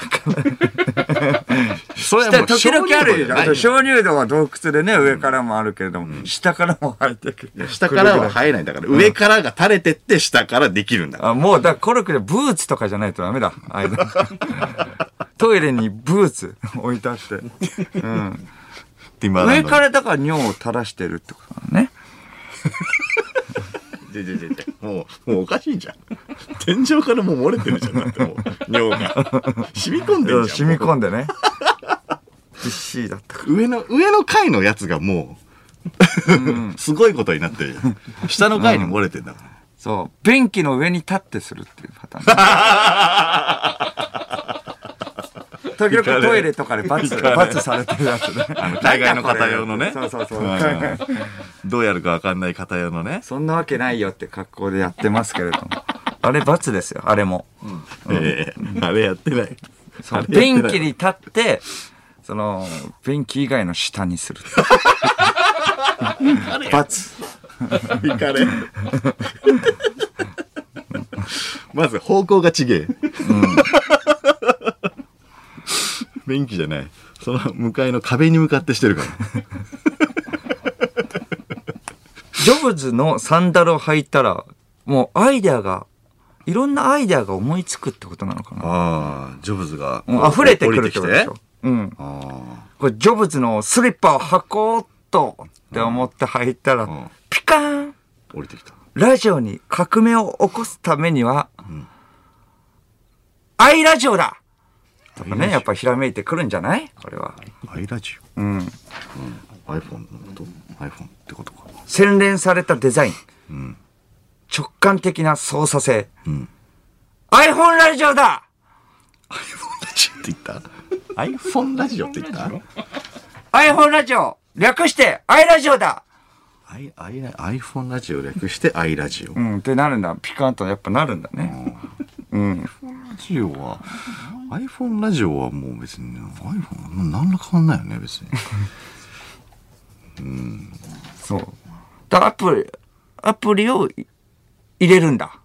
[SPEAKER 1] それはも
[SPEAKER 2] だ。
[SPEAKER 1] う鍾
[SPEAKER 2] 時
[SPEAKER 1] 乳洞
[SPEAKER 2] 々
[SPEAKER 1] じ
[SPEAKER 2] ある
[SPEAKER 1] ゃ
[SPEAKER 2] よ
[SPEAKER 1] ない。
[SPEAKER 2] 鍾乳洞は洞窟でね、上からもあるけれども、下からも入ってくる。
[SPEAKER 1] 下からは
[SPEAKER 2] る。
[SPEAKER 1] 生えないんだから、上からが垂れてって下からできるんだから。
[SPEAKER 2] あもう、だからコルクでブーツとかじゃないとダメだ。 間トイレにブーツ置いてあって。うん。
[SPEAKER 1] 今。
[SPEAKER 2] 上かららだから尿を垂らしてるってことだね。
[SPEAKER 1] じゃじゃじゃじゃもう、もうおかしいじゃん。天井からもう漏れてるじゃん。だってもう、尿が。染み込んでるじゃん。
[SPEAKER 2] 染み
[SPEAKER 1] も
[SPEAKER 2] 込んでね。 びっしりだった。
[SPEAKER 1] う上の、上の階のやつがもう、 すごいことになってるじゃん。下の階に漏れてんだから。
[SPEAKER 2] そう。便器の上に立ってするっていうパタ ーン。時々トイレとかでバツ、バツされてるやつね。
[SPEAKER 1] 海外の方用のね。
[SPEAKER 2] そうそうそう。
[SPEAKER 1] うんどうやるかわかんない方用のね。
[SPEAKER 2] そんなわけないよって格好でやってますけれども。あれバツですよ、あれも。
[SPEAKER 1] ええあれやってない。
[SPEAKER 2] そう
[SPEAKER 1] あれやっ
[SPEAKER 2] 便
[SPEAKER 1] てない
[SPEAKER 2] 器に立って、その、便器以外の下 にする。バツ。
[SPEAKER 1] 行かれ。まず方向がちげえ。便器じゃない。その向かいの壁に向かってしてるから。
[SPEAKER 2] ジョブズのサンダルを履いたら、もうアイデアが、いろんなアイデアが思いつくってことなのかな。
[SPEAKER 1] ああ、ジョブズが
[SPEAKER 2] もう溢れてくるってことでしょ。うん。
[SPEAKER 1] あ
[SPEAKER 2] これ、ジョブズのスリッパを履こうっとって思って履いたら、
[SPEAKER 1] ん
[SPEAKER 2] ピカーン
[SPEAKER 1] あ、降りてきた。
[SPEAKER 2] ラジオに革命を起こすためには、アイラジオだとかね、やっぱひらめいてくるんじゃないこれは。
[SPEAKER 1] アイラジオ。
[SPEAKER 2] うん。
[SPEAKER 1] iPhone のこと ?iPhone ってことか。
[SPEAKER 2] 洗練されたデザイン。直感的な操作性。
[SPEAKER 1] ん
[SPEAKER 2] iPhone ラジオだ
[SPEAKER 1] iPhone ラジオって言った ?iPhone ラジオって言った
[SPEAKER 2] iPhone ラジオ略して i ラジオだ
[SPEAKER 1] アイ、アイラ、iPhone ラジオ略してアイラジオ。
[SPEAKER 2] うん、ってなるんだ。ピカンとやっぱなるんだね。
[SPEAKER 1] ラジオは、iPhone ラジオはもう別に、iPhone は何ら変わんないよね、別に。
[SPEAKER 2] そう。だアプリ、アプリを入れるんだ。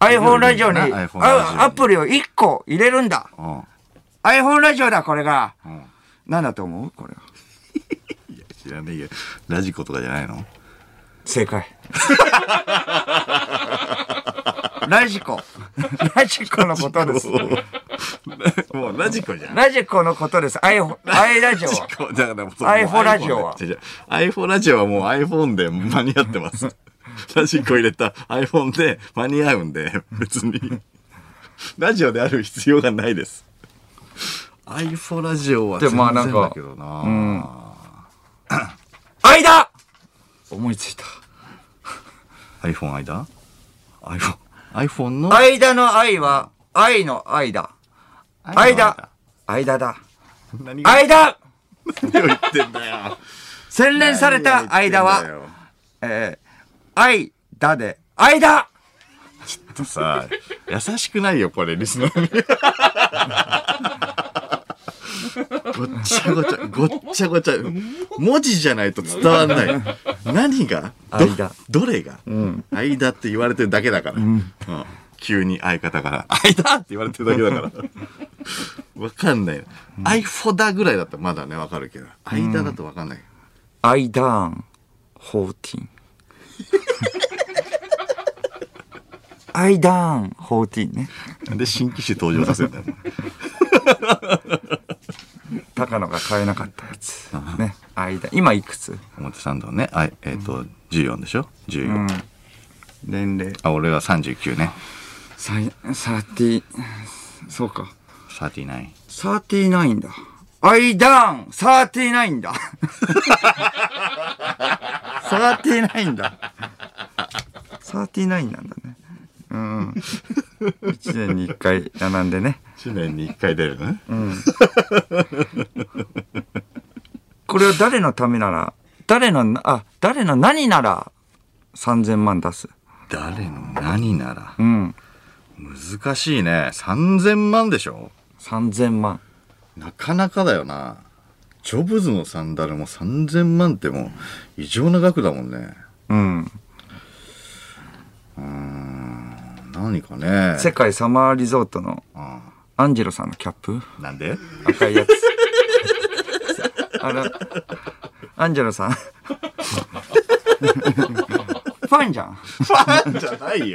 [SPEAKER 2] iPhone ラジオに、
[SPEAKER 1] な iPhone ラジオに
[SPEAKER 2] あアプリを1個入れるんだ。
[SPEAKER 1] あ
[SPEAKER 2] iPhone ラジオだ、これが。
[SPEAKER 1] あ、うん。
[SPEAKER 2] なんだと思うこれ。
[SPEAKER 1] 知らねえよ。ラジコとかじゃない の
[SPEAKER 2] 正解。 ラジコ。 ラジコのことです。
[SPEAKER 1] もうラジコじゃん。
[SPEAKER 2] ラジコのことです。アイホ、アイラジオは。
[SPEAKER 1] こうだからもうそう
[SPEAKER 2] iPhone ラジオは
[SPEAKER 1] 違う違う iPhone ラジオはもう iPhone で間に合ってます。 ラジコ入れた iPhone で間に合うんで、別に。ラジオである必要がないです。iPhone ラジオは
[SPEAKER 2] で
[SPEAKER 1] 全
[SPEAKER 2] もまあ
[SPEAKER 1] 然
[SPEAKER 2] なんか
[SPEAKER 1] だけどな。
[SPEAKER 2] 間思いついた。
[SPEAKER 1] iPhone 間 ?iPhone。iPhone の
[SPEAKER 2] 間の愛は、愛の間。間。間だ。
[SPEAKER 1] 何が
[SPEAKER 2] 間
[SPEAKER 1] 何を言ってんだよ。
[SPEAKER 2] 洗練された間
[SPEAKER 1] 何
[SPEAKER 2] は、
[SPEAKER 1] を言ってんだよ。
[SPEAKER 2] えー、愛だで、間
[SPEAKER 1] さあ、優しくないよ、これ、リスナーに。ごっちゃごちゃ、ごっちゃごちゃ。文字じゃないと伝わんない。何がど
[SPEAKER 2] 間
[SPEAKER 1] どれが、間って言われてるだけだから。うん急に相方から、間って言われてるだけだから。わかんない。アイフォダぐらいだったらまだね、わかるけど。間だとわかんない。
[SPEAKER 2] 間ン、ホーティン。間ン、ホーティンね。
[SPEAKER 1] なんで新機種登場させるんだよ。
[SPEAKER 2] 高野が買えなかったやつ。ね。間。今いくつ
[SPEAKER 1] 表参道ねあえっ、と14でしょ14、年齢あ俺は39ね
[SPEAKER 2] サイ、サーティ、そうか。
[SPEAKER 1] 39
[SPEAKER 2] サーティナインだ。アイダーン、サーティナインだ。サーティナインだ。サーティナインなんだね。うん。一年に一回学んでね。
[SPEAKER 1] 1年に1回出るね、
[SPEAKER 2] これは誰のためなら、誰の、あ、誰の何なら3000万出す。
[SPEAKER 1] 誰の何なら
[SPEAKER 2] うん。
[SPEAKER 1] 難しいね3000万でしょ
[SPEAKER 2] 3000万。
[SPEAKER 1] なかなかだよなジョブズのサンダルも3000万ってもう異常な額だもんね
[SPEAKER 2] うん。
[SPEAKER 1] 何かね
[SPEAKER 2] 世界サマーリゾートの
[SPEAKER 1] あ
[SPEAKER 2] アンジェロさんのキャップ
[SPEAKER 1] あなんで
[SPEAKER 2] 赤いやつ。あの、アンジェロさん。ファンじゃん。
[SPEAKER 1] ファンじゃないよ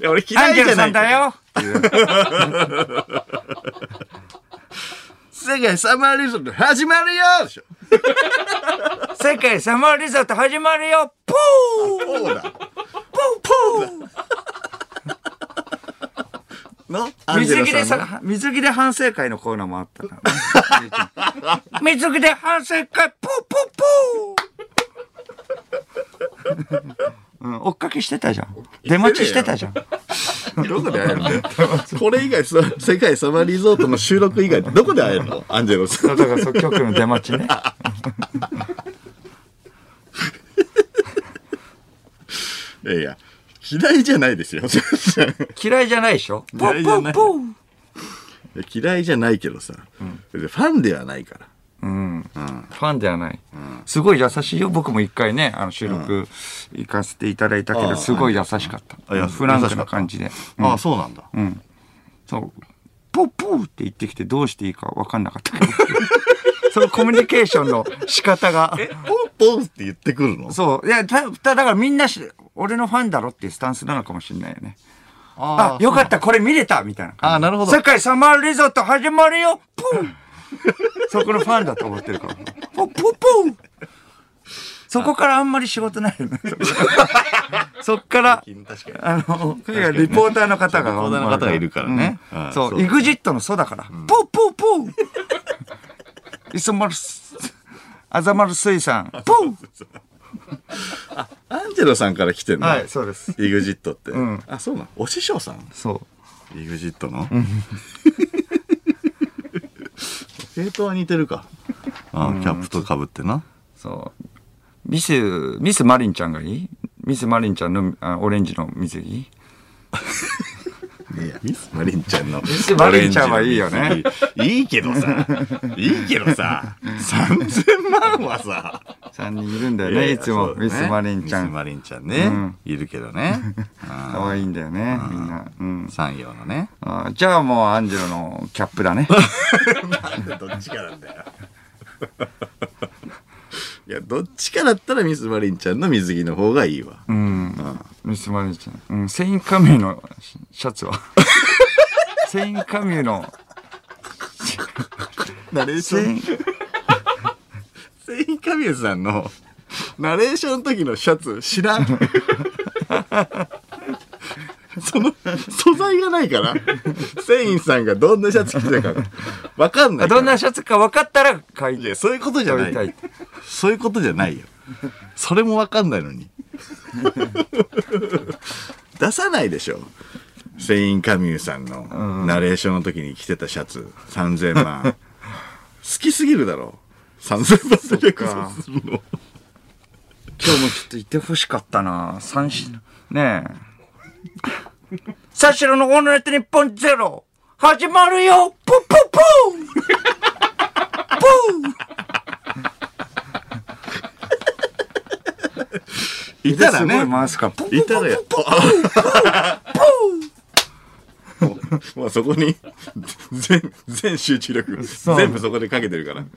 [SPEAKER 1] いや俺嫌
[SPEAKER 2] アン
[SPEAKER 1] い
[SPEAKER 2] ジ
[SPEAKER 1] じ
[SPEAKER 2] ェロ
[SPEAKER 1] ゃな
[SPEAKER 2] さ
[SPEAKER 1] い
[SPEAKER 2] んだよ。
[SPEAKER 1] 世界サマーリゾート始まるよでしょ
[SPEAKER 2] 世界サマーリゾート始まるよ。ポー
[SPEAKER 1] そうだ
[SPEAKER 2] ポーポ
[SPEAKER 1] の
[SPEAKER 2] ー水着で
[SPEAKER 1] の
[SPEAKER 2] さ、水着で反省会のコーナーもあったから。水着で反省会、ポーポーポー。うん、追っかけしてたじゃん。出待ちしてたじゃん。
[SPEAKER 1] どこで会えるの これ以外さ、世界サマーリゾートの収録以外どこで会えるのアンジェロさん。
[SPEAKER 2] だから、そ局の出待ちね。
[SPEAKER 1] いやいや、嫌いじゃないです よ。
[SPEAKER 2] 嫌いじゃないでしょポ
[SPEAKER 1] 嫌いじ
[SPEAKER 2] ーポ
[SPEAKER 1] ゃない
[SPEAKER 2] ーポー。
[SPEAKER 1] 嫌いじゃないけどさ、別にファンではないから。
[SPEAKER 2] うん、ファンではない、すごい優しいよ僕も一回ねあの収録行かせていただいたけど、
[SPEAKER 1] ああ
[SPEAKER 2] すごい優しかった、
[SPEAKER 1] あいや
[SPEAKER 2] うんフラン
[SPEAKER 1] 優
[SPEAKER 2] ク
[SPEAKER 1] しかっ
[SPEAKER 2] な
[SPEAKER 1] た
[SPEAKER 2] 感じで、
[SPEAKER 1] ああ、そうなんだ。
[SPEAKER 2] そうポッポーって言ってきてどうしていいか分かんなかったけ どそのコミュニケーションの仕方が
[SPEAKER 1] え、ポンポンって言ってくるの
[SPEAKER 2] そういやたただからみんなし俺のファンだろっていうスタンスなのかもしれないよねあ
[SPEAKER 1] あ
[SPEAKER 2] よかったこれ見れたみたいな感じ
[SPEAKER 1] あなるほど
[SPEAKER 2] 世界サマーリゾート始まるよポンそこのファンだと思ってる からポポポンそこからあんまり仕事ないよね そっから
[SPEAKER 1] 確かに。
[SPEAKER 2] あのリポーターの方が
[SPEAKER 1] そうリポーターの方がいるからね
[SPEAKER 2] うん
[SPEAKER 1] はい
[SPEAKER 2] そう
[SPEAKER 1] そう
[SPEAKER 2] EXIT のソだから、ポポポン磯丸すあざまる水産ポン
[SPEAKER 1] アンジェロさんから来てんの
[SPEAKER 2] はいそうです
[SPEAKER 1] イグジットって
[SPEAKER 2] ん。
[SPEAKER 1] あ、そうなのお師匠さん
[SPEAKER 2] そう
[SPEAKER 1] イグジッ トの系統は似てるか。あキャップとかぶってな。
[SPEAKER 2] そう。ミス、ミスマリンちゃんがいいミスマリンちゃんのあオレンジの水着
[SPEAKER 1] いやミスマリンちゃんの。ミ
[SPEAKER 2] スマリンちゃんはいいよね。
[SPEAKER 1] いいけど さ、いいけどさ、3000万はさ、
[SPEAKER 2] ?3 人いるんだよ
[SPEAKER 1] いやい
[SPEAKER 2] ね、
[SPEAKER 1] や
[SPEAKER 2] いつも。
[SPEAKER 1] そうだね
[SPEAKER 2] ミスマリンちゃ
[SPEAKER 1] ミスマ
[SPEAKER 2] ん。
[SPEAKER 1] リンちゃんね。いるけどね。
[SPEAKER 2] かわいいんだよね、みんな。うん。
[SPEAKER 1] 産業のね。
[SPEAKER 2] あじゃあもうアンジェロのキャップだね。
[SPEAKER 1] なんでどっちかなんだよ。いや、どっちかだったらミスマリンちゃんの水着の方がいいわ。
[SPEAKER 2] うん。ミスマリンちゃん。うん。セインカミューのシシ ャツはセインカミューの、
[SPEAKER 1] ナレーシ
[SPEAKER 2] セ
[SPEAKER 1] ョ
[SPEAKER 2] イン
[SPEAKER 1] ン、、セインカミューさんのナレーションの時のシャツ知らん。その素材がないから、セインさんがどんなシャツ着てたかわかんな
[SPEAKER 2] あ
[SPEAKER 1] いから。
[SPEAKER 2] どんなシャツか分かったら書い
[SPEAKER 1] い
[SPEAKER 2] て。
[SPEAKER 1] や、そういうことじゃな
[SPEAKER 2] 撮り
[SPEAKER 1] い
[SPEAKER 2] た。
[SPEAKER 1] そういうことじゃないよ。それもわかんないのに。出さないでしょ。セイン・カミューさんのナレーションの時に着てたシャツ、3000万。好きすぎるだろ。3000万でレクするの。
[SPEAKER 2] 今日もちょっといてほしかったな。三し、ねえ。三四郎のオールナイトニッポンゼロ、始まるよプップップープー
[SPEAKER 1] いたら
[SPEAKER 2] すごい
[SPEAKER 1] ね。
[SPEAKER 2] 回すから、プップ
[SPEAKER 1] いたら や。もうそこに全全集中力
[SPEAKER 2] そう
[SPEAKER 1] 全部そこでかけてるから
[SPEAKER 2] プッ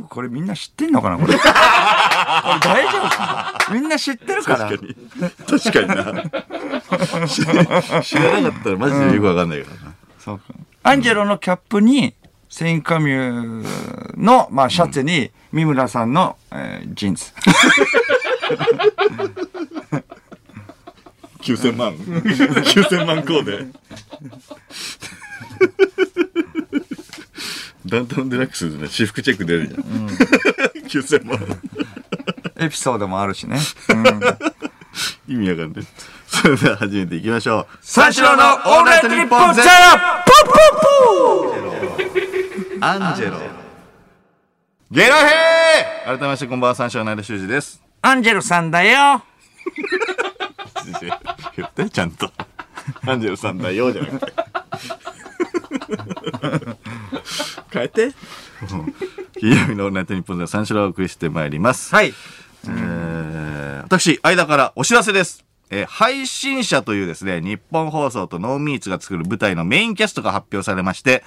[SPEAKER 2] プーこれみんな知ってんのか なこれ。これ大丈夫かなみんな知ってるから。
[SPEAKER 1] 確かに確かにな知ら知らなかったらマジでよくわかんないからな、
[SPEAKER 2] そうか。アンジェロのキャップに、セインカミューの、まあ、シャツに、三村さんの、えージーンズ。
[SPEAKER 1] 9000万9000万コー デダウンタウンデラックスでね私服チェック出るじゃん、9000万
[SPEAKER 2] エピソードもあるしね。
[SPEAKER 1] 意味わかんないそれでは始めていきましょう
[SPEAKER 2] 三四郎のオールナイトニッポンゼロポッポッポー
[SPEAKER 1] アンジェロゲラヘー改めましてこんばんは三四郎の間修二です
[SPEAKER 2] アンジェロさんだよ
[SPEAKER 1] 言ってちゃんとアンジェロさんだよじゃなくて 変え て金曜日のオールナイトニッポンでは三四郎をお送りしてまいります、
[SPEAKER 2] はい。
[SPEAKER 1] えー私間からお知らせですえー配信者というですね、日本放送とノーミーツが作る舞台のメインキャストが発表されまして、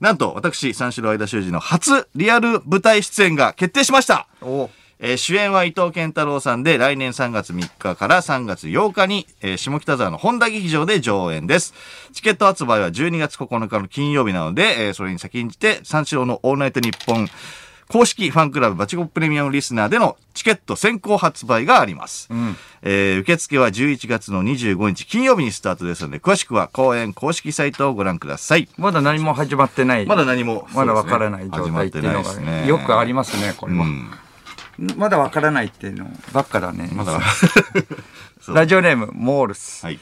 [SPEAKER 1] なんと私、三四郎間修二の初リアル舞台出演が決定しました
[SPEAKER 2] お
[SPEAKER 1] えー主演は伊藤健太郎さんで来年3月3日から3月8日に、えー下北沢の本田劇場で上演ですチケット発売は12月9日の金曜日なので、えーそれに先んじて三四郎の「オールナイトニッポン」公式ファンクラブバチコプレミアムリスナーでのチケット先行発売があります、えー受付は11月の25日金曜日にスタートですので詳しくは公演公式サイトをご覧ください
[SPEAKER 2] まだ何も始まってない。
[SPEAKER 1] まだ何も
[SPEAKER 2] まだわからない
[SPEAKER 1] そうですね
[SPEAKER 2] 状
[SPEAKER 1] 始ま
[SPEAKER 2] 態
[SPEAKER 1] っ
[SPEAKER 2] って
[SPEAKER 1] て
[SPEAKER 2] い
[SPEAKER 1] な
[SPEAKER 2] う
[SPEAKER 1] い
[SPEAKER 2] の
[SPEAKER 1] で
[SPEAKER 2] が
[SPEAKER 1] す
[SPEAKER 2] ね
[SPEAKER 1] ね
[SPEAKER 2] よくありますね、これは。まだわからないっていうのばっかだね。
[SPEAKER 1] だわそう
[SPEAKER 2] ラジオネーム、モールス。
[SPEAKER 1] はい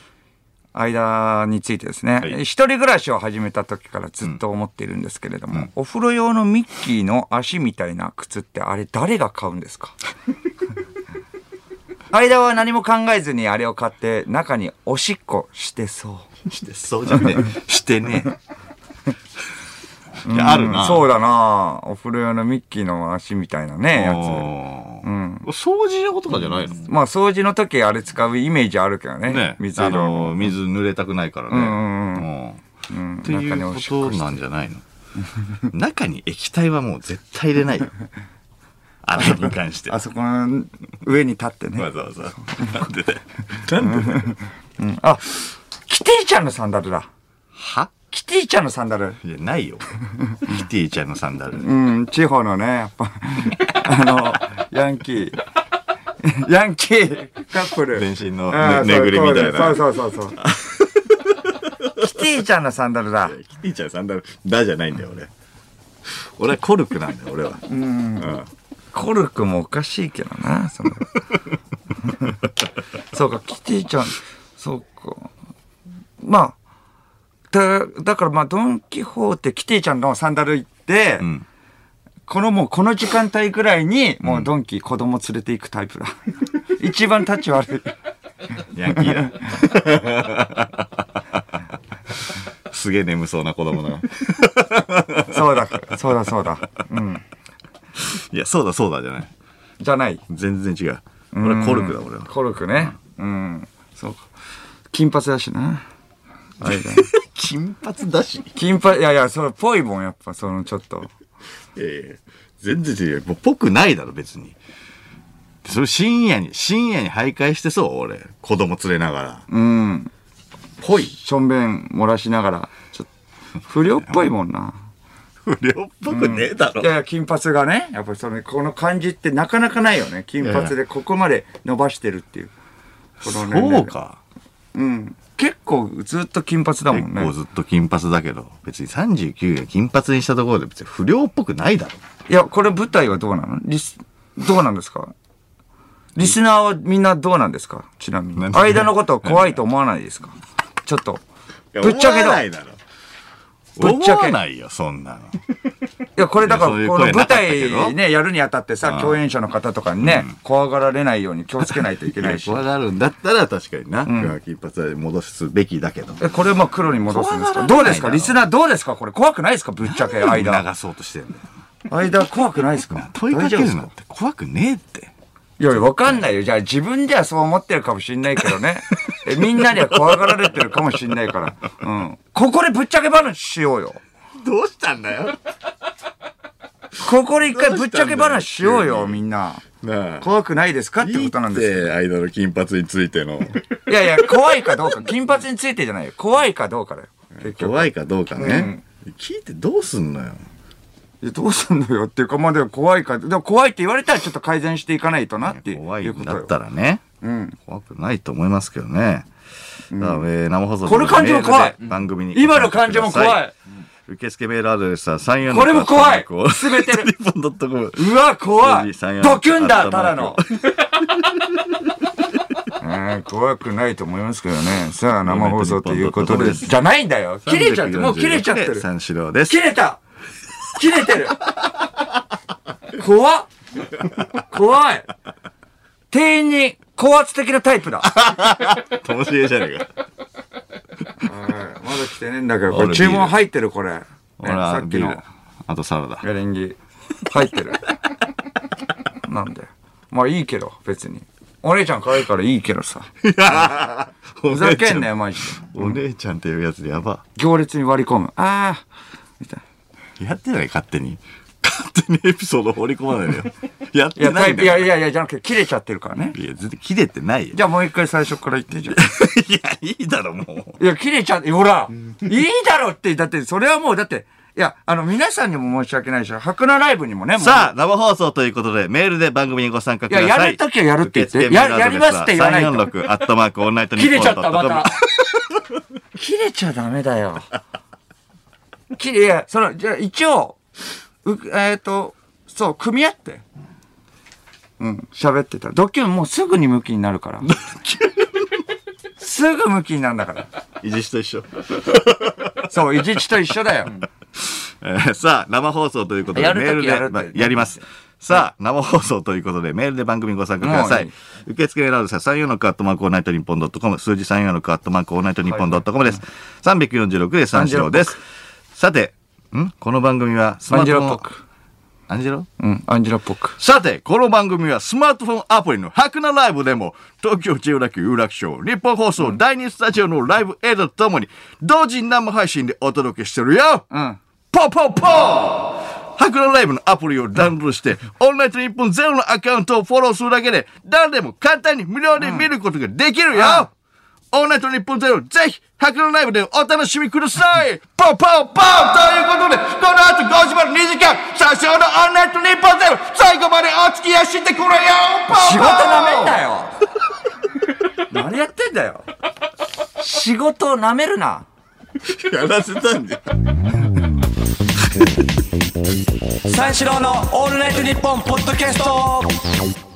[SPEAKER 2] 間についてですね、
[SPEAKER 1] い
[SPEAKER 2] 一人暮らしを始めた時からずっと思っているんですけれども、お風呂用のミッキーの足みたいな靴ってあれ誰が買うんですか 間は何も考えずにあれを買って中におしっこしてそう。
[SPEAKER 1] してそうじゃねえ。してね え。いや、あるな。
[SPEAKER 2] そうだなお風呂用のミッキーの足みたいなね、やつ。
[SPEAKER 1] うん。掃除用とかじゃないの
[SPEAKER 2] まあ掃除の時あれ使うイメージあるけどね。
[SPEAKER 1] ね。
[SPEAKER 2] 水
[SPEAKER 1] あ
[SPEAKER 2] 色の。
[SPEAKER 1] の、水濡れたくないからね。うん。ってい
[SPEAKER 2] 中にお
[SPEAKER 1] うこ
[SPEAKER 2] しっこと
[SPEAKER 1] なんじゃないの 中に液体はもう絶対入れ ないよ。あれに関して。
[SPEAKER 2] あ
[SPEAKER 1] わ
[SPEAKER 2] そこの上に立ってね。
[SPEAKER 1] ざわざ。なんでだよ。なんでだよ。
[SPEAKER 2] うんあ、キティちゃんのサンダルだ。
[SPEAKER 1] は
[SPEAKER 2] キティちゃんのサンダル。
[SPEAKER 1] いや、ない よ。キティちゃんのサンダル。
[SPEAKER 2] うん、地方のね、やっぱ、 あの、ヤンキー。 ヤンキーカップル。
[SPEAKER 1] 全身の
[SPEAKER 2] ああ
[SPEAKER 1] ね
[SPEAKER 2] そう
[SPEAKER 1] ぐれみたいな
[SPEAKER 2] そうそう そうそう。キティちゃんのサンダルだ。
[SPEAKER 1] キティちゃんのサンダル、だじゃないんだよ、俺。俺はコルクなんだよ、俺は。
[SPEAKER 2] コルクもおかしいけどな、その。 そうか、キティちゃん、そうか。まあ、だだからまあ、ドン・キホーテ、キティちゃんのサンダル行って、
[SPEAKER 1] ん
[SPEAKER 2] このもうこの時間帯ぐらいに、もうドンキ子供連れて行くタイプだ。 一番立ち悪い。
[SPEAKER 1] ヤンキーだ。すげえ眠そうな子供だ。
[SPEAKER 2] そうだ、そうだ、そうだ。うん。
[SPEAKER 1] いや、そうだそうだじゃない。
[SPEAKER 2] じゃない。
[SPEAKER 1] 全然違う。俺はコルクだ、俺は。
[SPEAKER 2] コルクね。うん。そうか。金髪だしな。あれだ
[SPEAKER 1] 金髪だし。
[SPEAKER 2] 金髪、いやいや、それっぽいもん、やっぱ、そのちょっと。
[SPEAKER 1] ええ全然違う。もうぽくないだろ、別に。それ深夜に、深夜に徘徊してそう、俺。子供連れながら。
[SPEAKER 2] うん。
[SPEAKER 1] ぽい。
[SPEAKER 2] しょんべん漏らしながら、ちょっと、不良っぽいもんな。
[SPEAKER 1] 不良っぽくねえだろ。
[SPEAKER 2] いやいや、金髪がね、やっぱりその、この感じってなかなかないよね。金髪でここまで伸ばしてるっていう。この年
[SPEAKER 1] そ
[SPEAKER 2] 齢
[SPEAKER 1] う
[SPEAKER 2] で。
[SPEAKER 1] か。
[SPEAKER 2] うん。結構ずっと金髪だも
[SPEAKER 1] 結
[SPEAKER 2] ん
[SPEAKER 1] 構
[SPEAKER 2] ね。
[SPEAKER 1] ずっと金髪だけど、別に39が金髪にしたところで別に不良っぽくないだろ。
[SPEAKER 2] いや、これ舞台はどうなのリス、どうなんですかリスナーはみんなどうなんですかちなみに
[SPEAKER 1] 何。が
[SPEAKER 2] 間のこと怖いと思わないですかちょっと。ぶっちゃけ
[SPEAKER 1] 思わな
[SPEAKER 2] だ。い
[SPEAKER 1] いだろ。
[SPEAKER 2] ぶっちゃけ
[SPEAKER 1] 思わないよ、そんなの。
[SPEAKER 2] や、これだから、
[SPEAKER 1] いやそ
[SPEAKER 2] こ
[SPEAKER 1] う
[SPEAKER 2] の
[SPEAKER 1] いう声
[SPEAKER 2] 舞
[SPEAKER 1] なかったけど
[SPEAKER 2] 台ね、やるにあたってさ、共演者の方とかにね、怖がられないように気をつけないといけないし。
[SPEAKER 1] 怖がるんだったら確かにな。金髪は戻すべきだけど。
[SPEAKER 2] え、これも黒に戻すんです
[SPEAKER 1] 怖がらな
[SPEAKER 2] か
[SPEAKER 1] い
[SPEAKER 2] どうですか
[SPEAKER 1] だろ
[SPEAKER 2] リスナーどうですかこれ怖くないですかぶっちゃけ間。
[SPEAKER 1] 流そうとしてんだよ。
[SPEAKER 2] 間怖くないですか
[SPEAKER 1] 問いかけ
[SPEAKER 2] 大丈夫で
[SPEAKER 1] る
[SPEAKER 2] す
[SPEAKER 1] なって怖くねえって。
[SPEAKER 2] いやいや、わかんないよ。じゃあ自分ではそう思ってるかもしんないけどね。えみんなには怖がられてるかもしんないから。うん。ここでぶっちゃけ話しようよ。
[SPEAKER 1] どうしたんだよ。
[SPEAKER 2] ここで一回ぶっちゃけ話しようよ、みんな。
[SPEAKER 1] なあ。
[SPEAKER 2] 怖くないですかってことなんですよ。
[SPEAKER 1] す間の金髪につい ての。
[SPEAKER 2] いやいや、怖いかどうか。金髪についてじゃないよ。怖いかどうかだよ。結局。
[SPEAKER 1] 怖いかどうかね。聞いてどうすんのよ。
[SPEAKER 2] いやどうすんのよっていうか、まあでも怖いか。でも怖いって言われたらちょっと改善していかないとなっていう。
[SPEAKER 1] 怖い
[SPEAKER 2] いうんこと
[SPEAKER 1] だ
[SPEAKER 2] よ
[SPEAKER 1] ったらね。
[SPEAKER 2] うん。
[SPEAKER 1] 怖くないと思いますけどね。だからえー生放送
[SPEAKER 2] この感情も怖い
[SPEAKER 1] メールで番組に
[SPEAKER 2] 今の感情も怖い。
[SPEAKER 1] 受付メールアドレスは34
[SPEAKER 2] これも怖い
[SPEAKER 1] 滑
[SPEAKER 2] 滑ってる
[SPEAKER 1] 日本ドットコム
[SPEAKER 2] うわ、怖い
[SPEAKER 1] 数字34
[SPEAKER 2] ドキュン
[SPEAKER 1] あ
[SPEAKER 2] だ
[SPEAKER 1] ったた
[SPEAKER 2] だ
[SPEAKER 1] まる
[SPEAKER 2] のえー怖くないと思いますけどね。さあ、生放送ということで。じゃないんだよ。切れちゃって、もう切れちゃってる。
[SPEAKER 1] 三四郎です。
[SPEAKER 2] 切れた切れてる怖っ怖い店員に高圧的なタイプだ。
[SPEAKER 1] ともしげじゃねえか。
[SPEAKER 2] まだ来てねえんだけど、これ注文入ってる、これ。ね
[SPEAKER 1] 俺
[SPEAKER 2] さ
[SPEAKER 1] は
[SPEAKER 2] っ
[SPEAKER 1] ビ
[SPEAKER 2] き
[SPEAKER 1] ール
[SPEAKER 2] の。
[SPEAKER 1] あとサラダ。
[SPEAKER 2] メレンゲ入ってるなんでまあいいけど別にお姉ちゃん可愛いからいいけどさ
[SPEAKER 1] ふ
[SPEAKER 2] ふざけんなよマジで
[SPEAKER 1] お姉ちゃんっていうやつやば。
[SPEAKER 2] 行列に割り込むああみたい
[SPEAKER 1] やってない勝手に。勝手にエピソード放り込まないでよ。やっ
[SPEAKER 2] ない
[SPEAKER 1] て
[SPEAKER 2] やタ
[SPEAKER 1] ない
[SPEAKER 2] イ
[SPEAKER 1] んだ
[SPEAKER 2] プいや
[SPEAKER 1] よ。
[SPEAKER 2] いやいやじゃなくて切れちゃってるからね
[SPEAKER 1] いや、全然切れてないよ。
[SPEAKER 2] じゃあもう一回最初から言ってじゃん
[SPEAKER 1] いや、いいだろ、もう。
[SPEAKER 2] いや切れちゃってほらいいだろってだってそれはもうだっていやあの皆さんにも申し訳ないし白菜ライブにもねもう
[SPEAKER 1] さあ、生放送ということで、メールで番組にご参加ください。
[SPEAKER 2] いややるときはやるって言ってややりますって言わないと
[SPEAKER 1] 346アットマークオンナイトニッ
[SPEAKER 2] 切
[SPEAKER 1] ポン
[SPEAKER 2] れちゃった、
[SPEAKER 1] ドッ
[SPEAKER 2] ま
[SPEAKER 1] トコム
[SPEAKER 2] た。切れちゃダメだよ。切れ、いやその、じゃあ一応、うえっ、と、そう、組み合って。うん、喋ってた。ドキュンもうすぐに向きになるから。すぐ向きになるんだから。
[SPEAKER 1] 維持しと一緒。
[SPEAKER 2] そう、いじちと一緒だよ。
[SPEAKER 1] えー さあ、生放送ということで、
[SPEAKER 2] やるとき
[SPEAKER 1] メールで
[SPEAKER 2] やるって
[SPEAKER 1] まやります。さあ、生放送ということで、メールで番組にご参加ください。
[SPEAKER 2] も
[SPEAKER 1] 受付メールアドレスは34のカットマークオールナイトニッポンドットコム、数字34のカットマークオールナイトニッポンドットコムです。346で三四郎です。さて、んこの番組はスマ
[SPEAKER 2] ア
[SPEAKER 1] ー
[SPEAKER 2] ンジ
[SPEAKER 1] ト
[SPEAKER 2] ェ
[SPEAKER 1] フ
[SPEAKER 2] ラっ
[SPEAKER 1] ォン
[SPEAKER 2] ぽ。く。
[SPEAKER 1] アンジェロ
[SPEAKER 2] うん、アンジェラっぽく。
[SPEAKER 1] さて、この番組はスマートフォンアプリの白菜ライブでも、東京千代田区有楽町、日本放送第2スタジオのライブ映像とともに、同時に生配信でお届けしてるよ、
[SPEAKER 2] うん。
[SPEAKER 1] ポポポ白菜ライブのアプリをダウンロードして、オンライト日本ゼロのアカウントをフォローするだけで、誰でも簡単に無料で見ることができるよ、オンライト日本ゼロ、ぜひ、白菜ライブでお楽しみくださいポポポということで、この後5時まで2時間、最初のオンライト日本ゼロ、最後までお付き合いしてくれよポポ
[SPEAKER 2] 仕事なめんなよ 何やってんだよ仕事をなめるな。
[SPEAKER 1] やらせたんだよ。
[SPEAKER 2] 三四郎のオールナイトニッポンポッドキャスト